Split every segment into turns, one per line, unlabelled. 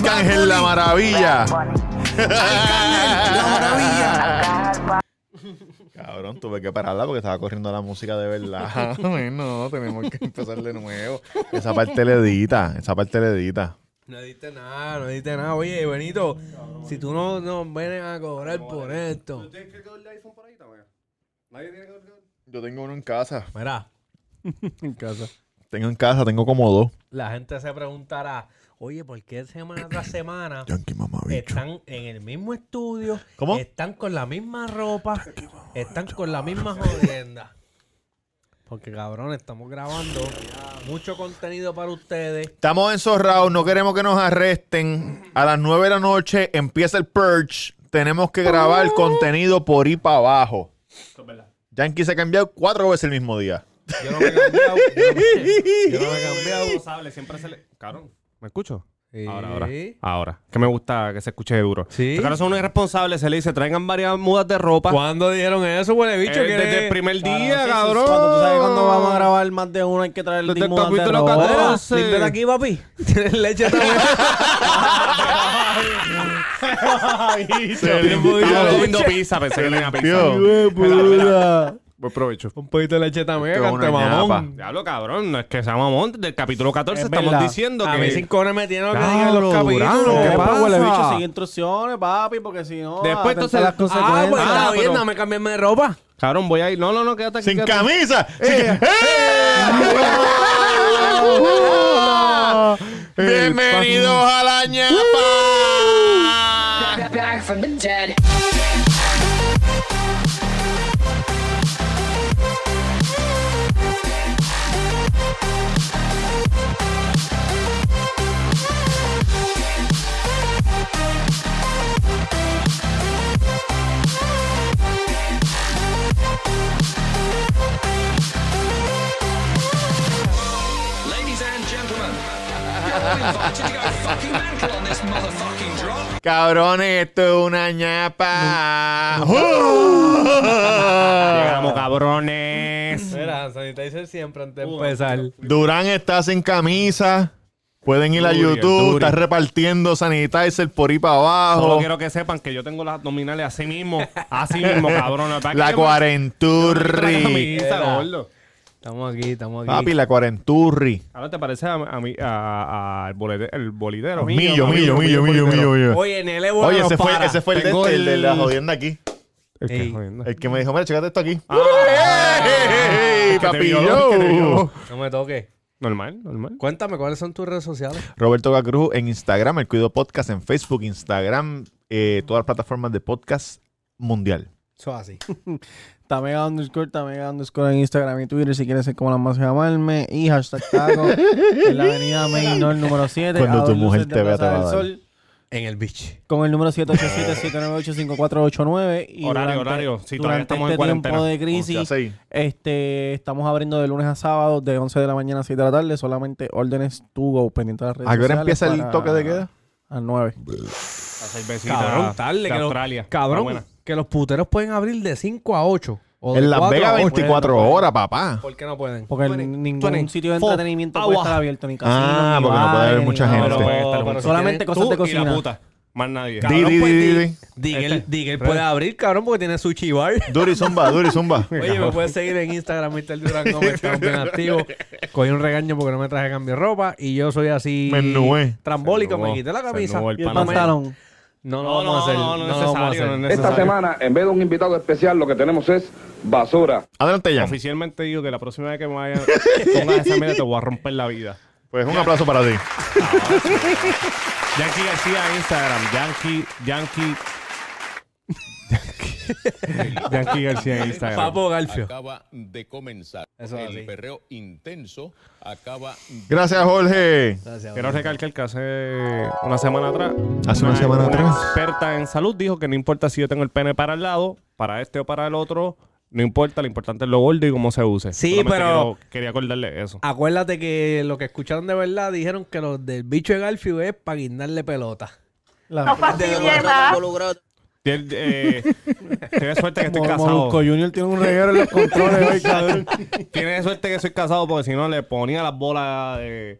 Arcángel la maravilla.
La maravilla.
Cabrón, tuve que pararla porque estaba corriendo la música de verdad. Ay, no, tenemos que empezar de nuevo. Esa parte le edita, esa parte le edita.
No diste nada, no diste nada. Oye, Benito, si tú no nos vienes a cobrar por esto.
tienes que el iPhone por ahí también? Nadie tiene que el
Yo tengo uno en casa.
Mira,
En casa.
Tengo en casa, tengo como dos.
la gente se preguntará, oye, ¿por qué semana tras semana
Yankee mamabicho.
están en el mismo estudio?
¿Cómo?
Están con la misma ropa, están con la misma jodienda. Porque cabrón, estamos grabando mucho contenido para ustedes.
Estamos enzorrados, no queremos que nos arresten. A las 9 de la noche empieza el purge. Tenemos que
Uh.
grabar contenido por ahí para abajo.
Esto es verdad.
Yankee se ha cambiado cuatro veces el mismo día.
Yo no me he cambiado. yo no- Yo no me he cambiado.
Responsable, siempre se le... Cabrón. ¿Me escucho? Ahora, ahora.
Sí.
Ahora. Que me gusta que se escuche duro.
Sí.
Claro, son unos irresponsables. Se le dice, traigan varias mudas de ropa.
¿Cuándo dijeron eso, huele
Eh,
bicho? que
desde el primer día,
Cuando
cabrón.
tú sabes cuando vamos a grabar más de uno hay que traer el
Desde el
mismo antes de
capítulo
robar.
14.
Límpiate aquí, papi.
Tienes leche también.
Se
Estaba comiendo
limpió.
pizza, pensé que le iba a pizza. Buen provecho.
Un poquito de leche también,
Esto es una
cante mamón.
ñapa.
Diablo, cabrón, no es que sea mamón. Desde el capítulo 14
Es
estamos
verdad.
diciendo
A
que...
mí sin cojones me tienen lo que digan los
Claro,
capítulos.
Durán,
Eh,
¿qué
pa,
pasa?
huele bicho, sigue instrucciones, papi, porque si no.
Después, entonces-
atenta a las
Ah, pues
consecuencias.
está
Ah,
bien,
pero-
dame cambiarme de ropa.
Cabrón, voy a ir. No, no, no, quédate aquí.
Sin
quédate.
camisa. Sin... ¡Eh! Bienvenidos a la ñapa.
Back from the dead.
Ladies and gentlemen, you're all invited to go fucking mental on this motherfucking drop.
Cabrones, esto es una ñapa.
Llegamos, cabrones.
Mira, sanitizer siempre antes de empezar.
Durán está sin camisa. Pueden ir a
Duri,
YouTube,
duri.
está repartiendo sanitizer por ahí para
Solo
abajo.
quiero que sepan que yo tengo las abdominales así mismo. Así mismo, cabrón.
La cuarenturri.
gordo.
Estamos aquí, estamos aquí.
Papi, la cuarenturri.
Ahora te parece a, a mí, a- a- al bolete- el bolidero.
Millo, millo, millo, millo,
bolidero.
millo, millo.
Oye, Nele, bueno,
Oye, ese fue,
para.
ese fue el, de,
Tengo
este, el de
el-
la jodienda aquí.
Es que
Ey.
jodiendo.
El que me dijo, mira, checate esto aquí.
que
¡Ey,
te
papi,
violó,
yo!
que te violó.
No me toques.
Normal, normal.
Cuéntame, ¿cuáles son tus redes sociales?
Roberto Gacruz en Instagram, El Cuido Podcast en Facebook, Instagram, eh, todas las plataformas de podcast mundial.
Eso así.
Tamega underscore, Tamega underscore en Instagram y Twitter si quieres ser como la más llamarme. Y hashtag taco en la avenida Mainor número 7.
Cuando
a
tu
dos
mujer
luces de
te vea, te
Plaza
va a
del
dar.
Sol,
En el beach.
Con el número 787-798-5489. y
Horario,
durante-
horario. Sí, todavía
durante
estamos en
este tiempo
cuarentena.
de
Once a
crisis,
seis.
este, estamos abriendo de lunes a sábado de 11 de la mañana a 6 de la tarde. Solamente órdenes to go pendiente de las redes
¿A qué hora
sociales
empieza el
para-
toque de queda?
A 9.
La cervecita
Cabrón, tarde.
de
que los-
Australia. Está
Cabrón,
buena.
que los puteros pueden abrir de 5 a 8. O de
En Las
4 a
Vegas
8.
24 horas, papá.
¿Por qué no pueden?
Porque
Twenty-
ningún
twenty-
sitio de
four
entretenimiento puede
hours.
estar abierto, ni casino,
Ah,
ni
porque no puede
bares,
haber
ni
mucha
nada.
gente.
Pero puede estar
pero
juntos.
si
solamente
tienen-
cosas de
Tú y la
cocina.
puta. Más nadie.
Di, di, di,
pues,
di, di.
Digel,
Este.
Digel puede abrir, cabrón, porque tiene su chivar.
Duri zumba, duri zumba.
Oye, pues, me puedes seguir en Instagram, Mr. Durango, me estamos bien activo. Cogí un regaño porque no me traje cambio de ropa y yo soy así
Me ennué.
trambólico,
Se ennuó,
me quité la
se
camisa.
ennuó el
Y el
Panamá.
pantalón.
No, no,
No, no,
vamos a hacer.
no, no, es
lo vamos a
necesario,
hacer.
no es
Esta
necesario.
semana, en vez de un invitado especial, lo que tenemos es basura.
Adelante, Jan.
Oficialmente digo que la próxima vez que me vaya pongas esa mierda te voy a romper la vida.
Pues un aplauso para ti.
Yankee García Instagram. Yankee, Yankee. Yankee, Yankee García Instagram.
Papo Garfio.
acaba de comenzar.
Eso es
el
así.
perreo intenso acaba
Gracias, Jorge.
Gracias,
Quiero recalcar que hace una semana atrás.
Hace una semana atrás.
experta en salud dijo que no importa si yo tengo el pene para el lado, para este o para el otro, no importa, lo importante es lo gordo y cómo se use.
Sí, pero-
quiero- quería acordarle eso.
Acuérdate que lo que escucharon de verdad dijeron que los del bicho de Garfio es para guindarle pelota.
La-
Tiene eh, tiene suerte que estoy
Mo-
casado.
Molusco Junior tiene un reguero en los controles hoy, cabrón.
Tiene suerte que soy casado porque si no le ponía las bolas de.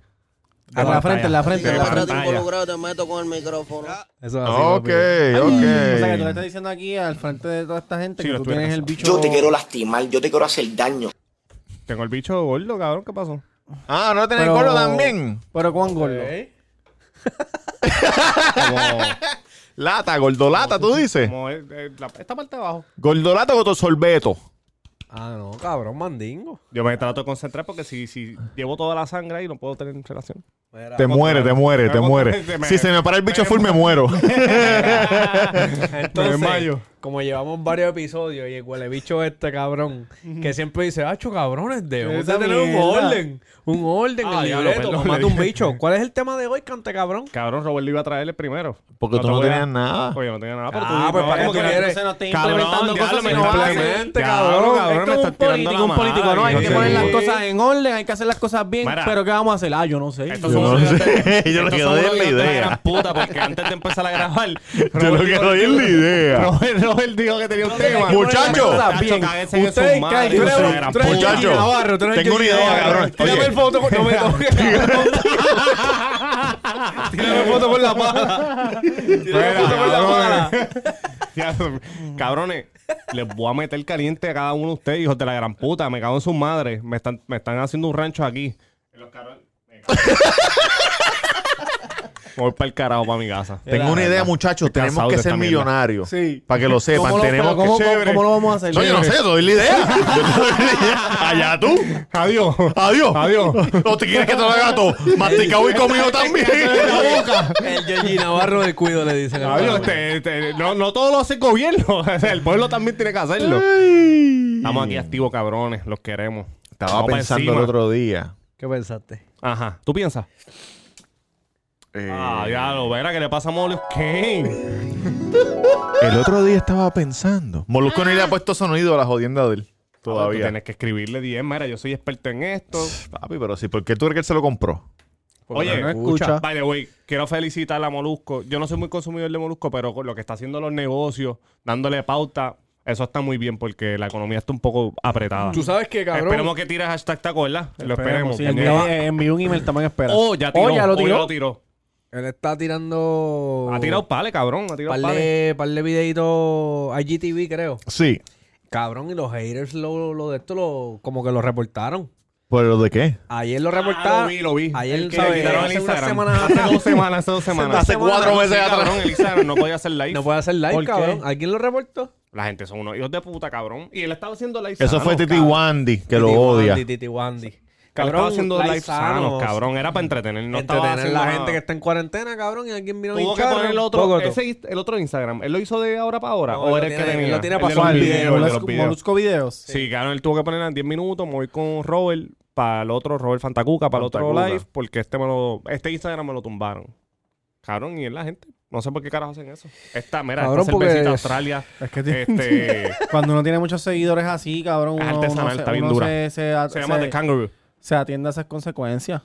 En la frente, en la
Si
frente,
yo
en la
me
Pantalla.
trato
frente.
involucrado, te meto con el micrófono.
Eso es
Ok,
así.
O sea, que tú le
ok.
estás diciendo aquí al frente de toda esta gente
Sí,
que
lo
tú
estuve
tienes el bicho.
Yo te quiero lastimar, yo te quiero hacer daño.
Tengo el bicho gordo, cabrón. ¿Qué pasó?
Ah, no tenés
Pero-
gordo también.
Pero cuán gordo.
Lata, gordolata, tú dices.
Como es- eh, la- esta parte de abajo.
Gordolata con tu sorbeto.
Ah, no, cabrón, mandingo.
Yo me trato de concentrar porque si, si llevo toda la sangre ahí no puedo tener relación.
Mira,
Te muere, te muere, te
Me-
muere.
me-
Si se me para el bicho full, me muero.
Entonces,
desmayo.
como llevamos varios episodios y el huele bicho este cabrón, que siempre dice, acho cabrones, debemos
Esa
de tener un
mierda.
orden, un orden,
Ah,
el
diablo,
libreto,
perdón,
como mata
le
un
dije.
bicho. ¿Cuál es el tema de hoy, cante cabrón?
Cabrón, Robert lo iba a traerle primero.
Porque tú
te
no
voy a-
tenías nada.
Oye, yo no tenía nada. pero
Ah, pues
no,
para que
como
tú
que-
quieres.
entonces no estés
Cabrón,
implementando
ya
cosas
lo
si no
mismo.
haces.
Implemente, cabrón, cabrón,
Esto es
me
un
estás tirando
político,
la
un político,
madre,
no, hay
yo
Hay que
sé.
poner las cosas en orden, hay que hacer las cosas bien.
Mira.
pero ¿qué vamos a hacer? Ah, yo no sé.
Estos
Yo
son
no
unos
sé,
hijos de-
yo lo
estos
que
son
doy es
unos
la
hijos de
idea.
gran puta, porque antes de empezar a grabar.
Yo lo que doy es la idea.
Robert, Robert dicho que tenía un tema.
Muchacho.
Muchachos, cáguense en su
Ustedes
madre,
creen-
hijos de
creo-
gran
creo-
puta.
Muchacho,
Navarro, tú eres
tengo una
Johnny
idea,
Navarro.
cabrón.
Tírame
Oye.
el foto con- no me toques. Tírame foto con la pala.
Mira,
foto con la
cabrones. Ya, Cabrones, les voy a meter caliente a cada uno de ustedes, hijos de la gran puta. Me cago en sus madres. Me están, me están haciendo un rancho aquí. Me Voy para el carajo, para mi casa.
Tengo una idea, muchachos.
Estoy
Tenemos
cansado
que
de
ser
esta mierda.
millonarios.
Sí.
Para que lo sepan.
¿Cómo lo-
Tenemos
pero
que
cómo-
ser-
cómo- cómo lo vamos a hacer?
No, yo no sé, yo te doy la idea. Yo te doy la idea. Allá tú.
Adiós.
Adiós.
Adiós.
¿O te quieres que te lo haga todo? Masticado y comido también.
El Yoyi Navarro de Cuido le dicen. al
Adiós.
pueblo.
Te- te- no, no todo lo hace el gobierno. O sea, el pueblo también tiene que hacerlo. Estamos aquí activos, cabrones. Los queremos.
Estaba
Vamos pa'
pensando el
encima.
otro día.
¿Qué pensaste?
Ajá. ¿Tú piensas?
eh,
Ah, ya lo verá que le pasa a Molly Kane.
El otro día estaba pensando. Molusco no le ha puesto sonido a la jodienda de él.
Ah, Tú
Todavía.
tienes que escribirle 10. Mira, yo soy experto en esto.
Papi, pero sí, ¿por qué tú crees que él se lo compró?
Oye,
no escucha.
By the way, quiero felicitar a Molusco. Yo no soy muy consumidor de Molusco, pero con lo que está haciendo los negocios, dándole pauta, eso está muy bien porque la economía está un poco apretada.
Tú sabes que, cabrón.
Esperemos que tire hashtag taco, ¿verdad? Lo esperemos.
Sí, envió- eh, envió un email también espera.
Oh, ya tiró.
Oh, ya lo
oh, ya
tiró.
lo tiró.
Él está tirando.
Ha tirado pale, cabrón. Ha tirado
par
pale.
de, par de videitos a GTV, creo.
Sí.
Cabrón, y los haters lo, lo de esto lo, como que lo reportaron.
¿Pero de qué?
Ayer lo
Ah,
reportaron.
lo vi, lo vi.
Ayer,
Que
¿sabes?
le quitaron el
Hace unas
Instagram.
semanas
Hace dos
atrás.
semanas, hace dos semanas.
Hace cuatro meses
Sí,
atrás.
cabrón, el Instagram no podía hacer live.
No puede hacer live,
¿Por qué?
cabrón. ¿Alguien lo reportó?
La gente son unos hijos de puta, cabrón. Y él estaba haciendo live
Eso
sano,
fue Titi
cabrón.
Wandy, que lo
Titi
odia.
Wandy, Titi Wandy.
Que él estaba haciendo live
sanos,
sano, cabrón. Era para entretener. No estaba
Entretener a
haciendo
la
nada.
gente que está en cuarentena, cabrón, y alguien vino a
Tuvo que
hinchar,
poner el
¿no?
otro,
Poco,
ese, inst- el otro Instagram. ¿Él lo hizo de ahora para ahora?
No,
¿O
lo
era el que
tiene-
tenía?
lo tiene
El de
pasado
los
al
videos,
video,
el de los
Molusco,
videos.
Molusco videos.
Sí, claro, él tuvo que poner en 10 minutos. Me voy con Robert para el otro, Robert Fantacuca, para el otro
Fantacuca.
live, porque este me lo, este Instagram me lo tumbaron. Cabrón, y es la gente. No sé por qué carajo hacen eso. Esta, mira,
Cabrón,
esta
porque
cervecita
es-
Australia.
Es que tiene-
Este,
Cuando uno tiene muchos seguidores así, cabrón,
Es
uno,
artesanal,
uno se-
está bien
uno
dura.
se, se a-
se llama
se-
The Kangaroo.
se atiende a esas consecuencias.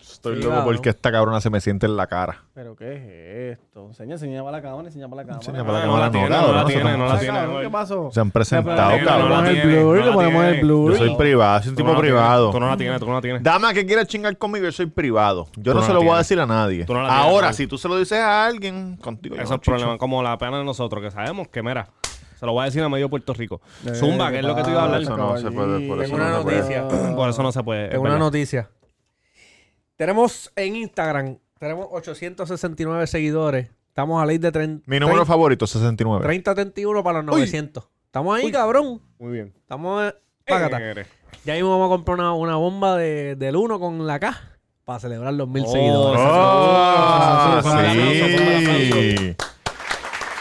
Estoy
Sí,
loco
claro.
porque esta cabrona se me siente en la cara.
¿Pero qué es esto? Enseña, enseña para la cámara, enseña para la cámara.
Enseña para
Ah,
la
No
cámara,
la
no,
tiene, no
cabrón,
la
no se
tiene,
la-
no la
Ay,
tiene.
cabrón, ¿Qué
Robert.
pasó?
Se han presentado,
No, no,
Le
no
cabrón.
ponemos
la
el
tiene, no
blur, le
la
ponemos el
tiene.
blur.
Yo soy privado, soy un
Tú no
tipo
la tienes, Tú
privado.
no la tienes, tú no la tienes.
Dama que quiera chingar conmigo, yo soy privado. Yo no,
Tú no
se
la
lo voy a
tienes.
decir a nadie.
Tú no la tienes,
Ahora,
Raúl.
si tú se lo dices a alguien, contigo. yo
Eso
no
es
chicho.
problema, como la pena de nosotros, que sabemos que, mira, se lo voy a decir a medio Puerto Rico. Zumba, que es lo que te iba a hablar.
Eso no se puede, por eso
Tengo una
no se puede.
noticia.
Por eso no se puede. es
Tengo una
verdad.
noticia. Tenemos en Instagram, tenemos 869 seguidores. Estamos a ley de 30.
Mi número favorito, 69.
30-31 para los 900. Estamos ahí, cabrón.
Muy bien.
Estamos. eh, págata.
Eh,
Ya mismo vamos a comprar una, una bomba de, del 1 con la K para celebrar los mil
Oh,
seguidores.
¡Oh!
Eso sí, eso sí, eso sí, eso sí, eso sí.
Sí.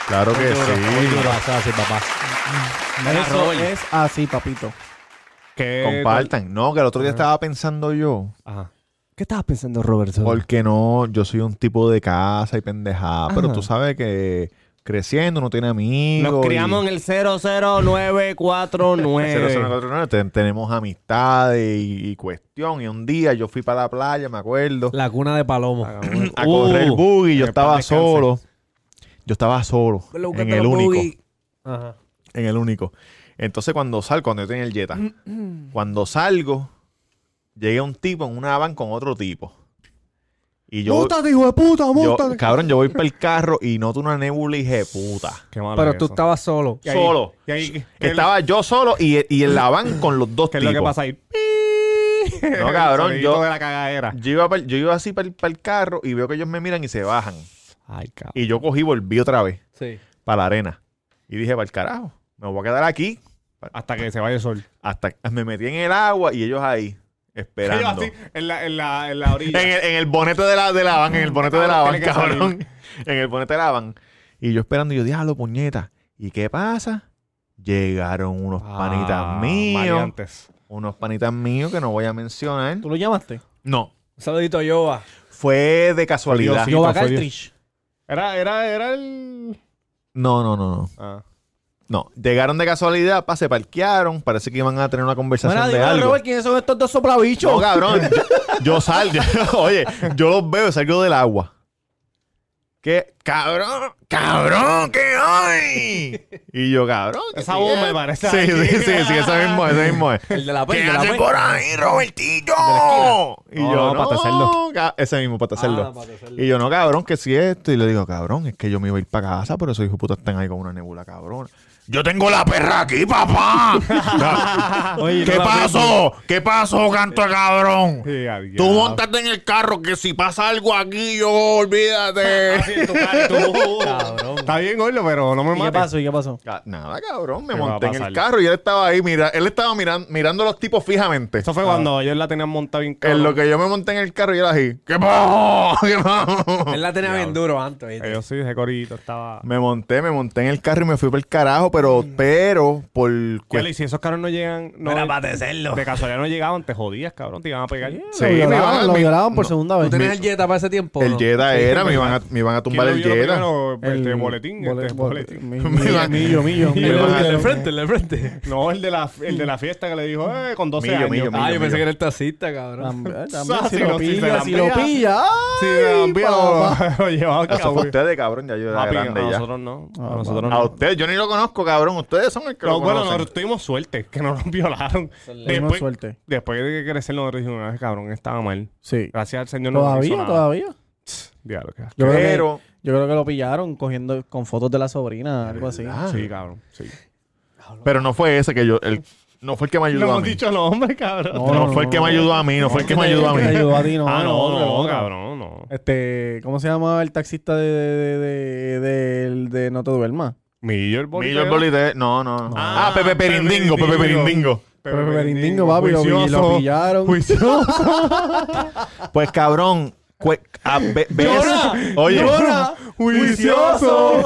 Claro que
Muy duro,
sí.
eso es así, papá.
Eso es así, papito.
que-
Compartan. No, que el otro día estaba pensando yo.
Ajá. ¿Qué estabas pensando, Roberto?
Porque no, yo soy un tipo de casa y pendejada. Pero tú sabes que creciendo no tiene amigos.
Nos criamos en el 00949.
0049, ten- tenemos amistades y, y cuestión. Y un día yo fui para la playa, me acuerdo,
La cuna de Palomo.
a correr
Uh,
buggy. Yo
que paz
estaba
descanse.
solo. Yo estaba solo. En el único.
Ajá.
En el único. Entonces cuando salgo, cuando yo tenía el Jetta, cuando salgo, llega un tipo en una van con otro tipo. Y yo,
¡Móntate, hijo de puta!
yo-
¡Móntate!
cabrón, yo voy para el carro y noto una nébula y dije, puta.
Qué malo
Pero
es
tú
eso.
estabas solo.
Y ahí-
solo.
y ahí-
Estaba yo solo y, y en la van con los dos
¿Qué es lo que
tipos.
pasa ahí?
No, cabrón,
El sonidito
yo-
de la cagadera.
Yo iba, pa'l- yo iba así para el, carro y veo que ellos me miran y se bajan.
Ay, cabrón.
Y yo cogí y volví otra vez
Sí.
para la arena. Y dije, para el carajo, me voy a quedar aquí.
Hasta que se vaya el sol.
Hasta me metí en el agua y ellos ahí,
Yo
esperando.
así, en la, en la, en la
en,
orilla.
el, en el bonete de la, de la van, en el bonete de la van,
Ah, Tiene que salir.
cabrón. En el bonete de la van. Y yo esperando, y yo, diablo, puñeta. ¿Y qué pasa? Llegaron unos
Ah,
panitas míos.
maleantes.
Unos panitas míos que no voy a mencionar.
¿Tú lo llamaste?
No,
Un saludito a Yoba.
fue de casualidad.
Diosito,
Yoba
fue Dios.
Cartridge.
Era, era, era el.
No, no, no, no.
Ah.
No, llegaron de casualidad, pa, se parquearon, parece que iban a tener una conversación
Mira,
de
dime,
algo.
Robert, ¿quiénes son estos dos soplabichos?
No, cabrón, yo, yo salgo, oye, yo los veo y salgo del agua. ¿Qué? ¡Cabrón! ¡Cabrón! ¿Qué hoy? Y yo, cabrón. ¿qué
Esa
sí
voz
es?
me parece
Sí,
a
sí,
ti.
sí, sí, ese mismo es, ese mismo es.
El de la
¿Qué
el de la
hacen
pe-
por ahí, Robertillo? Y
No,
yo,
no, para hacerlo.
ca- Ese mismo, para hacerlo.
Ah, para hacerlo.
Y yo, no, cabrón, que si esto. Y le digo, cabrón, es que yo me iba a ir para casa, pero esos hijos de puta están ahí con una nebula, cabrón. Yo tengo la perra aquí, papá.
Oye,
¿Qué
no la
pasó? ¿Qué pasó, canto de cabrón?
Sí, a diablo.
Tú montate en el carro que si pasa algo aquí, yo olvídate.
Cabrón.
Está bien, Gordo, pero no me
¿Y qué
mates.
pasó? ¿Y qué pasó?
Ca- Nada, cabrón, me
¿Qué va
monté
a
en el
pasar?
carro y él estaba ahí, mira, él estaba miran- mirando a los tipos fijamente.
Eso fue cuando ellos la tenían montada bien
En lo que yo me monté en el carro y él así, ¿qué pasó? ¿Qué pasó?
Él la tenía bien duro antes. ¿viste?
Yo sí, ese corito estaba.
Me monté, me monté en el carro y me fui para el carajo, pero, pero, por...
¿Qué le hice? Esos carros no llegan. No,
Era para hacerlo.
de casualidad no llegaban, te jodías, cabrón. Te iban a pegar.
Sí,
lo
me iban
violaban,
a-
lo
me-
violaban por
no,
segunda
¿Tú
vez.
tenías el Jetta para ese tiempo?
El
no?
Jetta era, me iban, a, me iban a tumbar el Jetta.
El de boletín.
bolet-
este,
bolet-
boletín.
mi-
Me
mi-
iban-
Millo, millo,
me
millo.
iban a-
El de frente, el de frente.
No, el de la, el de la fiesta que le dijo, eh, con 12
Millo,
años.
millo, millo.
Ah, yo pensé que era el taxista, cabrón.
También,
Ah,
también, si
si
lo
lo- si se
pilla,
la
si lo
pilla.
pilla.
Sí,
¡ay,
de Bambino,
papá!
lo llevaba
Eso fue
cabrón.
ustedes, cabrón, ya yo era
Papi,
grande
a
ya.
nosotros no.
Ah,
A nosotros
A
no.
ustedes, yo ni lo conozco, cabrón. Ustedes son el que
No,
lo
bueno,
conocen.
nosotros tuvimos suerte, que no nos violaron.
Tuvimos
Después,
suerte.
después de que crecer nosotros dijimos, "Ah, cabrón, estaba mal.
Sí.
Gracias al Señor no nos hizo
Todavía,
nada.
todavía.
Diablo, qué asco.
Yo creo, que,
Pero-
yo creo que lo pillaron cogiendo con fotos de la sobrina, algo así.
Sí, cabrón, sí.
Pero no fue ese que yo... El, no fue el que me ayudó
No
a
hemos
mí.
dicho los hombres, cabrón.
No, fue el que me ayudó a mí, no fue el que me
Te-
ayudó a
te
mí.
ayudó a ti, no.
ah, no,
hombre,
no,
loca.
cabrón, no.
Este, ¿cómo se llama el taxista de, de, de, de- de- de No te duermas?
Millo el bolitero.
Millo el bolite- No, no. Ah,
Ah,
Pepe Perindingo, Pepe Perindingo.
Pepe Perindingo, papi, lo, pi- lo
Juicioso.
pillaron.
Pues cabrón, cue- a ve- ves- Oye,
¡Juicioso!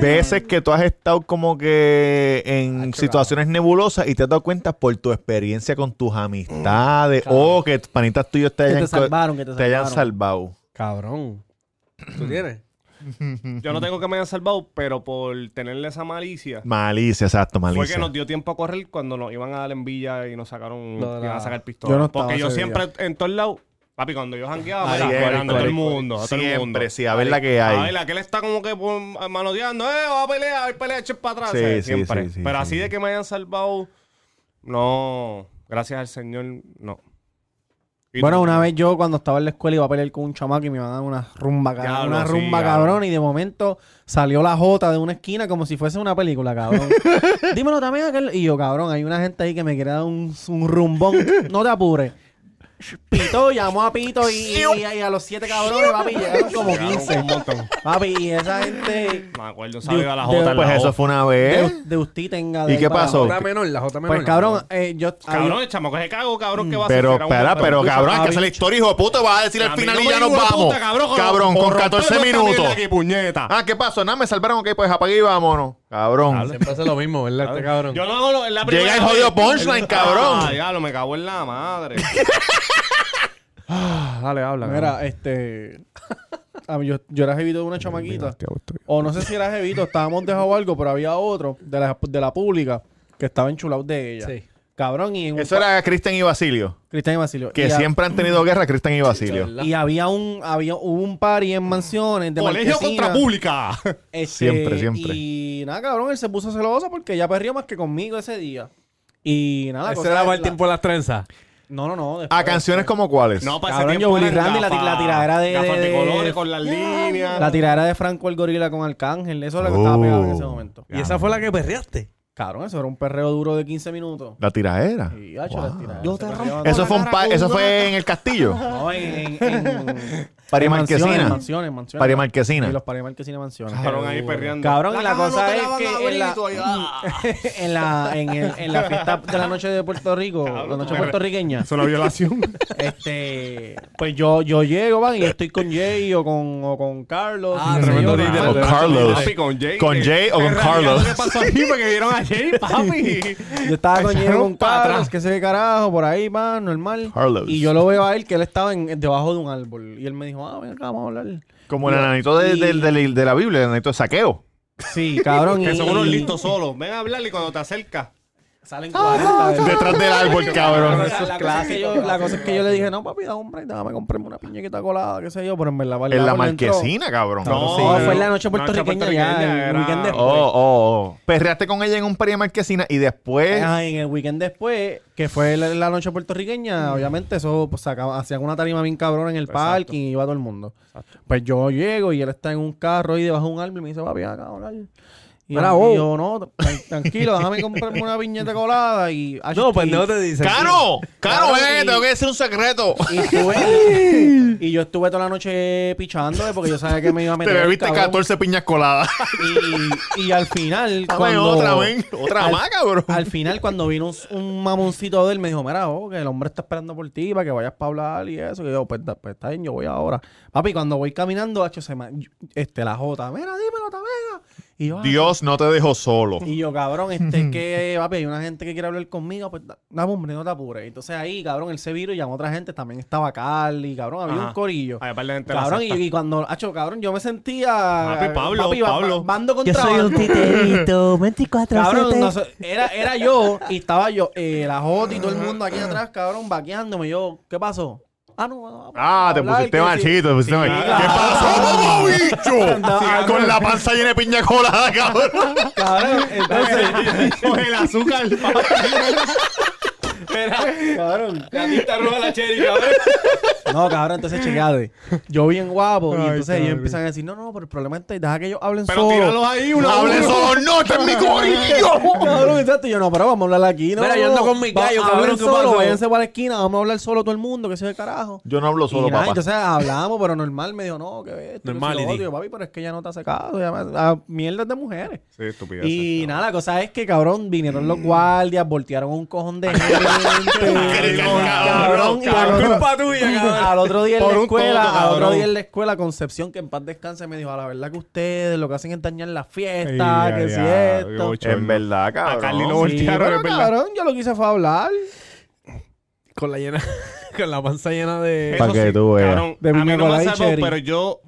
veces que tú has estado como que en situaciones nebulosas y te has dado cuenta por tu experiencia con tus amistades o que tus panitas tuyos te
Que
hayan,
te
co-
salvaron, que te
te hayan
salvaron.
salvado.
Cabrón. ¿Tú tienes?
Yo no tengo que me hayan salvado, pero por tenerle esa malicia.
Malicia, exacto,
Fue
malicia.
que nos dio tiempo a correr cuando nos iban a dar en villa y nos sacaron,
Lo de la-
iban a sacar
Yo
pistola.
no estaba
Porque yo
ese
siempre en todos lados, papi, cuando yo jangueaba,
Ahí
mira,
es,
pegando a todo el
ahí,
mundo, a todo el mundo.
Siempre, sí, a ver la que hay.
A ver, aquel está como que por- manoteando, eh, va a pelear, va a pelear, echen para atrás.
Sí,
o sea,
sí,
siempre.
sí, sí,
Pero
sí,
así
sí.
de que me hayan salvado, no, gracias al Señor, no. ¿Y tú?
Bueno, una vez yo cuando estaba en la escuela iba a pelear con un chamaco y me iban a dar una rumba, cabrón.
Diablo,
una
sí,
rumba,
cabrón.
cabrón. Y de momento salió la jota de una esquina como si fuese una película, cabrón. Dímelo también aquel. Y yo, cabrón, hay una gente ahí que me quiere dar un, un rumbón. No te apures. Pito, llamó a Pito y, y- y a los siete cabrones, papi, llegaron como
Llegaron
15.
un montón.
Papi, y esa gente
Me acuerdo, salió a la
de-
Jota. en
Pues
la
eso
Jota.
fue una
de,
vez.
de usted tenga.
¿Y
de-
qué
para-
pasó?
J menor, la J menor.
Pues cabrón, eh, yo.
Cabrón, el chamaco se cago, cabrón, que va a hacer?
Pero,
Era un-
espera, pero
escucha,
cabrón, hay que
Javi.
hacer la historia, hijo de puta. Vas a decir
A
al
mí
final
no
y
me
ya
digo
nos
la
vamos.
puta, cabrón, con-
Cabrón, con
romperme
14
esta
minutos.
mierda aquí, puñeta.
Ah, ¿qué pasó? Nada, me salvaron, ok, pues apague y vámonos. Cabrón.
Siempre hace lo mismo, ¿verdad? Este cabrón.
Yo no hago lo- es la primera
Llega el
vez.
jodido punchline,
Ah,
cabrón.
ya, lo me cago en la madre. Ah, Dale, habla. cabrón.
Mira, este. a mí, yo, yo era jevito de una chamaquita. O no sé si era jevito, estábamos dejado algo, pero había otro de la, de la pública que estaba enchulado de ella.
Sí.
Cabrón, y un
Eso era Cristian y Basilio.
Cristian y Basilio.
Que
y ha-
siempre han tenido guerra Cristian y Basilio.
y había un, había hubo un party en mansiones de
Colegio
Marquesina.
contra pública.
Este,
Siempre, siempre.
Y nada, cabrón, él se puso celoso porque ella perrió más que conmigo ese día. Y nada, la
Ese
cosa
era
es
para el
la-
tiempo de las trenzas.
No, no, no. después.
A canciones como cuáles.
No, para
Cabrón,
ese tiempo
yo, Willy
eran
Randy, la ti- la tiradera de-
gafas
de-
de
de-
colores con las líneas.
La tiradera de Franco el Gorila con Arcángel. Eso es lo que estaba
Oh.
pegado en ese momento.
Y esa fue la que perreaste.
Cabrón, eso era un perreo duro de 15 minutos.
La tiradera.
Y, ah, hacho, la
Wow.
tiradera,
Yo
ese
te
perreo
rompo
no-
Eso fue, un pa- eso fue en el castillo.
No, en, en, en-
Pari
en mansiones,
Marquesina.
mansiones, mansiones.
Pari Marquesina.
Y los Pari Marquesina mansiones.
Cabrón, ahí perreando.
Cabrón, y la
caja no
cosa
te
es
la van a
que
abrir
en
y
la,
tú ahí, ah.
en, la, en, el- en la fiesta de la noche de Puerto Rico, la noche
me-
puertorriqueña,
Es una violación.
este, pues yo, yo llego, van, y estoy con Jay o con, o con Carlos.
Ah,
y qué sé
tremendo
yo,
líder.
nada.
O Carlos.
Papi, con Jay.
Con Jay o con
En realidad,
Carlos.
¿Qué pasó aquí? Porque vieron a Jay, papi.
Yo estaba con Jay o con
pa'
Carlos,
atrás.
que se ve carajo, por ahí, man, normal.
Carlos.
Y yo lo veo a él, que él estaba en, debajo de un árbol. Y él me dijo, ah, ven acá, vamos a hablar.
Como el enanito de,
Y-
del- del- de la Biblia, el enanito de saqueo.
Sí, cabrón.
Que
y-
son unos
y-
listos solos. Ven a hablarle cuando te acercas.
Salen 40 de-
Detrás del árbol, cabrón.
La, la cosa es que yo, la cosa es que yo le dije, no, papi, da un break, déjame comprarme una piñequita colada, qué sé yo, pero en verdad, para el
En la
árbol entró-
marquesina, cabrón.
No, fue en la noche puertorriqueña ya,
puertorriqueña
el weekend después.
Oh, oh, oh. Perreaste con ella en un pari marquesina y después.
Eh,
Ajá, en el weekend después, que fue la, la noche puertorriqueña, obviamente eso pues, sacaba- hacían una tarima bien cabrón en el parking y iba todo el mundo. Pues yo llego y él está en un carro y debajo de un árbol y me dice, papi, ven acá, hablar. Y
Mira, oh.
yo,
vos.
y yo, no, tran- tranquilo, déjame comprarme una piñeta colada y... ah,
No,
yo-
pues
y-
no te dice.
¡Caro! ¡Caro,
Claro,
ven!
y-
Tengo que decir un secreto.
Y, estuve- y yo estuve toda la noche pichándole porque yo sabía que me iba a
Te
meter.
bebiste
cabrón.
14 piñas coladas.
Y, y al final.
Dame
cuando,
otra, ven. Otra
al-
más, cabrón.
Al final, cuando vino un, un mamoncito de él, me dijo: Mira, oh, que el hombre está esperando por ti para que vayas para hablar y eso. Y yo, pues, da- pues, está bien, yo voy ahora. Papi, cuando voy caminando, hacho, se me- este, la Jota, mira, dímelo, Tamega. Y yo, "Ah,
Dios no te dejó solo.
y yo, cabrón, este es que, papi, hay una gente que quiere hablar conmigo, pues da- dame hombre, no te apures. Entonces ahí, cabrón, él se viró y llamó a otra gente, también estaba Carly, cabrón, había
Ajá.
un corillo.
Había par de gente de la
Cabrón, y,
secta.
y cuando, hacho, cabrón, yo me sentía. eh,
Papi, Pablo,
va-
Pablo.
va- Bando contra
Yo soy un
bando.
titerito, 24
Cabrón,
7.
no sé, era, era yo y estaba yo, eh, la Jota y todo el mundo aquí atrás, cabrón, vaqueándome. Yo, ¿qué pasó? Ah, no, no, no,
Ah, te
hablar,
pusiste
que-
machito, te pusiste machito.
claro.
¿Qué pasó, bicho?
Andaba-
Con la panza llena de piña colada, cabrón.
Cabrón, entonces.
Con el azúcar, papi.
cabrón.
Te roba la cherry, cabrón.
No, cabrón, entonces chequeate. Yo bien guapo. y
Ay,
entonces ellos
cabrón.
empiezan a decir, no, no, pero el problema está, deja que ellos hablen
Pero
solo.
tíralos ahí, uno a
Hable
uno.
solo, no, este es mi corillo.
Cabrón, exacto. Y yo, no, pero vamos a hablar aquí, ¿no?
Mira, yo ando con mi gallo,
Va-
cabrón,
hablen
¿qué
solo,
pasó?
váyanse para la esquina, vamos a hablar solo todo el mundo, que se ve carajo.
Yo no hablo solo,
y nada,
papá.
entonces hablamos, pero normal, me dijo, no, que esto,
Normal,
que si
y
lo otro.
di.
Y yo, papi, pero es que ya no te hace caso, ya me- ah, mierdas de mujeres.
Sí, estupidez.
Y nada, la cosa es que, cabrón, vinieron
Mm.
los guardias, voltearon un cojón de gente.
Cabrón,
y al
cabrón.
otro- Al otro día en
Por
la
un
escuela,
toto,
al otro
cabrón.
día en la escuela, Concepción, que en paz descanse, me dijo, a la verdad que ustedes lo que hacen es dañar la
Ey,
fiesta,
ya,
que si
ya,
esto.
ocho,
En
no.
verdad,
A Carly lo
cabrón.
Sí,
voltearon,
pero,
es verdad.
cabrón, yo lo que hice fue hablar.
Con la llena. Con la panza llena de.
Pa'
Eso
que
sí,
tú veas.
cabrón,
De
a mí
piña
no me
colada
ha
y
salvado,
cherry.
pero yo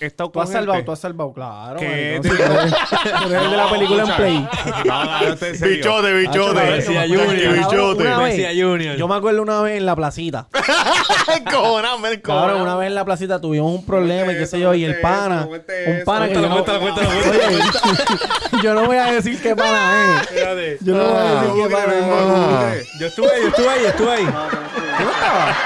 he estado
Tú
con
has salvado,
gente-
tú has salvado, claro.
¿Qué?
maricón, si tú eres- tú eres el de la película en
Escucha.
Play.
No, no, no, estoy en serio.
Bichote,
Hacho,
bichote.
cabrón,
Decía
Tranqui,
Junior.
bichote.
Una vez.
Messi Junior.
Yo me acuerdo una vez en la placita.
Cojonado, me
Cabrón, una
cojonado.
vez en la placita tuvimos un problema y qué
eso,
sé yo, y el
cuente
pana,
eso, cuente
un
eso.
pana que yo
Cuéntalo,
no,
cuéntalo,
Oye, yo no voy a decir qué pana es.
Espérate.
Yo no voy
Ah,
a decir qué
¿Cómo que
pana
no
es.
mismo? Yo estuve ahí, yo estuve ahí, yo estuve ahí.
¿Tú no estabas?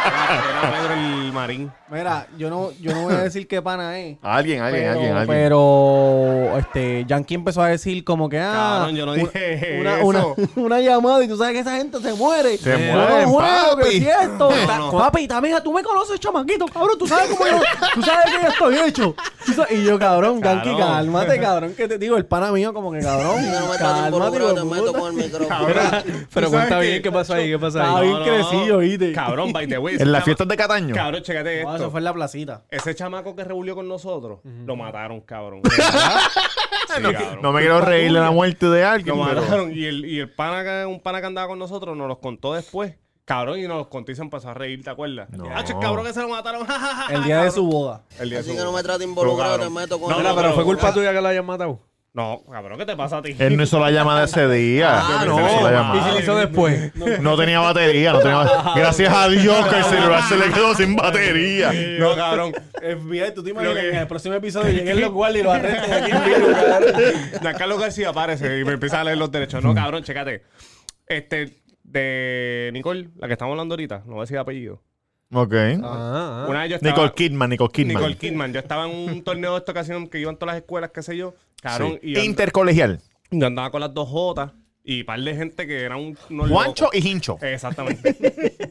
Era Pedro el Marín.
Mira, yo no, yo no voy a decir qué pana es.
Alguien, alguien,
pero,
alguien, alguien.
pero, este, Yankee empezó a decir como que, ah,
Cabrón, yo no dije
una,
eso.
una, una llamada y tú sabes que esa gente se muere.
Se
Yo
mueren,
no juego,
papi.
que si esto.
No, no.
Papi, también tú me conoces, chamaquito, cabrón. Tú sabes cómo yo, tú sabes que yo estoy hecho. Tú sabes- Y yo, cabrón, Yankee,
Cabrón.
cálmate, cabrón, que te digo, el pana mío como que, cabrón,
No me estás
cálmate, hijo
involucrado,
de
te
puta.
meto con el micrófono.
Pero
¿Tú sabes
cuenta
qué?
bien qué pasó ahí, qué pasó
Está
ahí.
bien crecido, ¿viste?
Cabrón, by the way. ese
En las
chama-
fiestas de Cataño.
Cabrón, chécate
No,
esto.
eso fue en la placita.
Ese chamaco que revolvió con nosotros, lo mataron, cabrón. Sí, cabrón.
No me quiero reír de la muerte de alguien.
Lo
pero-
mataron. Y el, y el pana que, un pana que andaba con nosotros nos los contó después. Cabrón, y nos los contó y se empezó a reír, ¿te acuerdas?
No.
Ah, che, cabrón que se lo mataron. ja, ja, ja,
El
ja,
día de
cabrón.
su boda.
El día de
Así
su-
que no me trates
Pero,
involucrado,
cabrón.
te meto con
No,
el-
no,
Pero fue culpa
cabrón.
tuya que lo hayan matado.
No, cabrón, ¿qué te pasa a ti?
Él no hizo la llamada ese día.
Ah,
Él
no.
hizo la
Ah,
Y
llamada.
se lo hizo después.
No tenía batería, no tenía batería. Gracias a Dios que el celular se le quedó sin batería.
No, cabrón.
FBI, tú te
imaginas que en el
próximo episodio lleguen los guardias y los arresten aquí en
Dan Carlos García aparece y me empieza a leer los derechos. No, cabrón, chécate. Este, de Nicole, la que estamos hablando ahorita, no voy a decir apellido.
Ok.
Ah, ah.
Una vez yo estaba-
Nicole Kidman, Nicole Kidman.
Nicole Kidman. Yo estaba en un torneo de esta ocasión que iban todas las escuelas, qué sé yo. Cabrón,
Sí.
y yo, and-
Intercolegial.
yo andaba con las dos Jotas y par de gente que eran un, unos
Juancho
locos.
y Hincho.
Exactamente.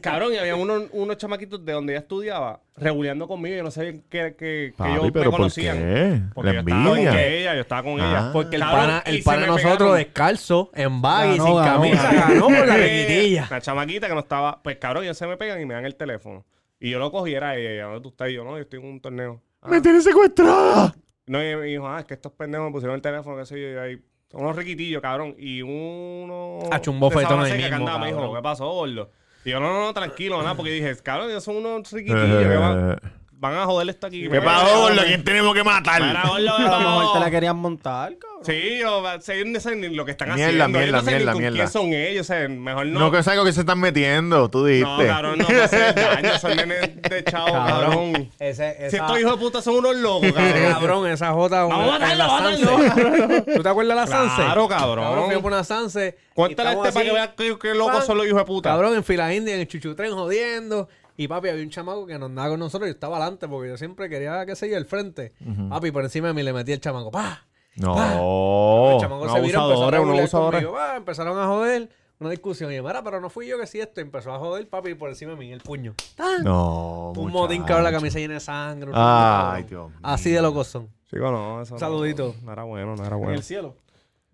Cabrón, y había unos, unos chamaquitos de donde ella estudiaba, reguleando conmigo. Yo no sabía que, que, que
Papi,
ellos me
pero ¿por
conocían.
qué?
Porque
La
yo estaba con
envidia.
ella, yo estaba con
Ah.
ella.
Porque
El
Cabrón,
pana,
y
el
se
pana
me
nosotros
pegaron.
descalzo, en baggy,
Ganó,
sin
ganó,
camisa, ganó por la reguitilla.
La chamaquita que no estaba. Pues cabrón, ellos se me pegan y me dan el teléfono. Y yo lo cogí, era ella. ella, ¿Dónde tú estás? Y yo, no, yo estoy en un torneo. Ah.
¡Me tienes secuestrada!
No, y me dijo, ah, es que estos pendejos me pusieron el teléfono, qué sé yo, y ahí. Unos riquitillos, cabrón. Y uno.
Hacho, un bofetón ahí
de Sabana Seca que
mismo,
andaba, me dijo,
cabrón.
¿qué pasó, gordo? Y yo, no, no, no, tranquilo, nada, porque dije, cabrón, ellos son unos riquitillos que van, van a joder esto aquí.
Eh, ¿Qué pasó, gordo? ¿Quién tenemos que
Para,
matar?
gordo,
A lo mejor te la
vamos.
querían montar, cabrón.
Sí, yo sé no sé ni lo que están
Mierda,
haciendo. yo
mierda,
no sé ni
mierda,
con
mierda.
quién son ellos, o sea, mejor
No, que sabes con qué se están metiendo, tú
No,
dijiste.
cabrón, no, me hacen daño. Son nenes de chavo,
Cabrón.
cabrón.
Ese, esa-
Si estos hijos de puta son unos locos, cabrón.
Cabrón, esa Jota.
Vamos a
en la
matarlo,
Sanse. ¿Tú te acuerdas de la Sanse?
Claro, cabrón.
Cabrón, fui por una Sanse.
Cuéntale a
y estamos
este para que
así,
vea qué, qué locos
pan.
son los hijos de puta.
Cabrón, en fila india, en el chuchutren jodiendo. Y papi, había un chamaco que no andaba con nosotros. Yo estaba adelante porque yo siempre quería, qué sé yo, el frente. Papi, por encima de mí le metí el chamaco. ¡Pah!
No.
el chamaco
no
se
pues,
viró,
abusadores,
empezaron
no
a burlar
abusadores.
conmigo. Ah, empezaron a joder. Una discusión. Y yo, mira, pero no fui yo que sí esto. Y empezó a joder, papi, por encima de mí, el puño. ¡Tan!
No.
Oh,
un
muchacho.
motín, cabrón, la camisa llena de sangre. un
Ay,
montón.
Dios mío.
Así de locos son.
Chico, no, eso no-
Saludito.
No, era bueno, no era bueno.
cielo.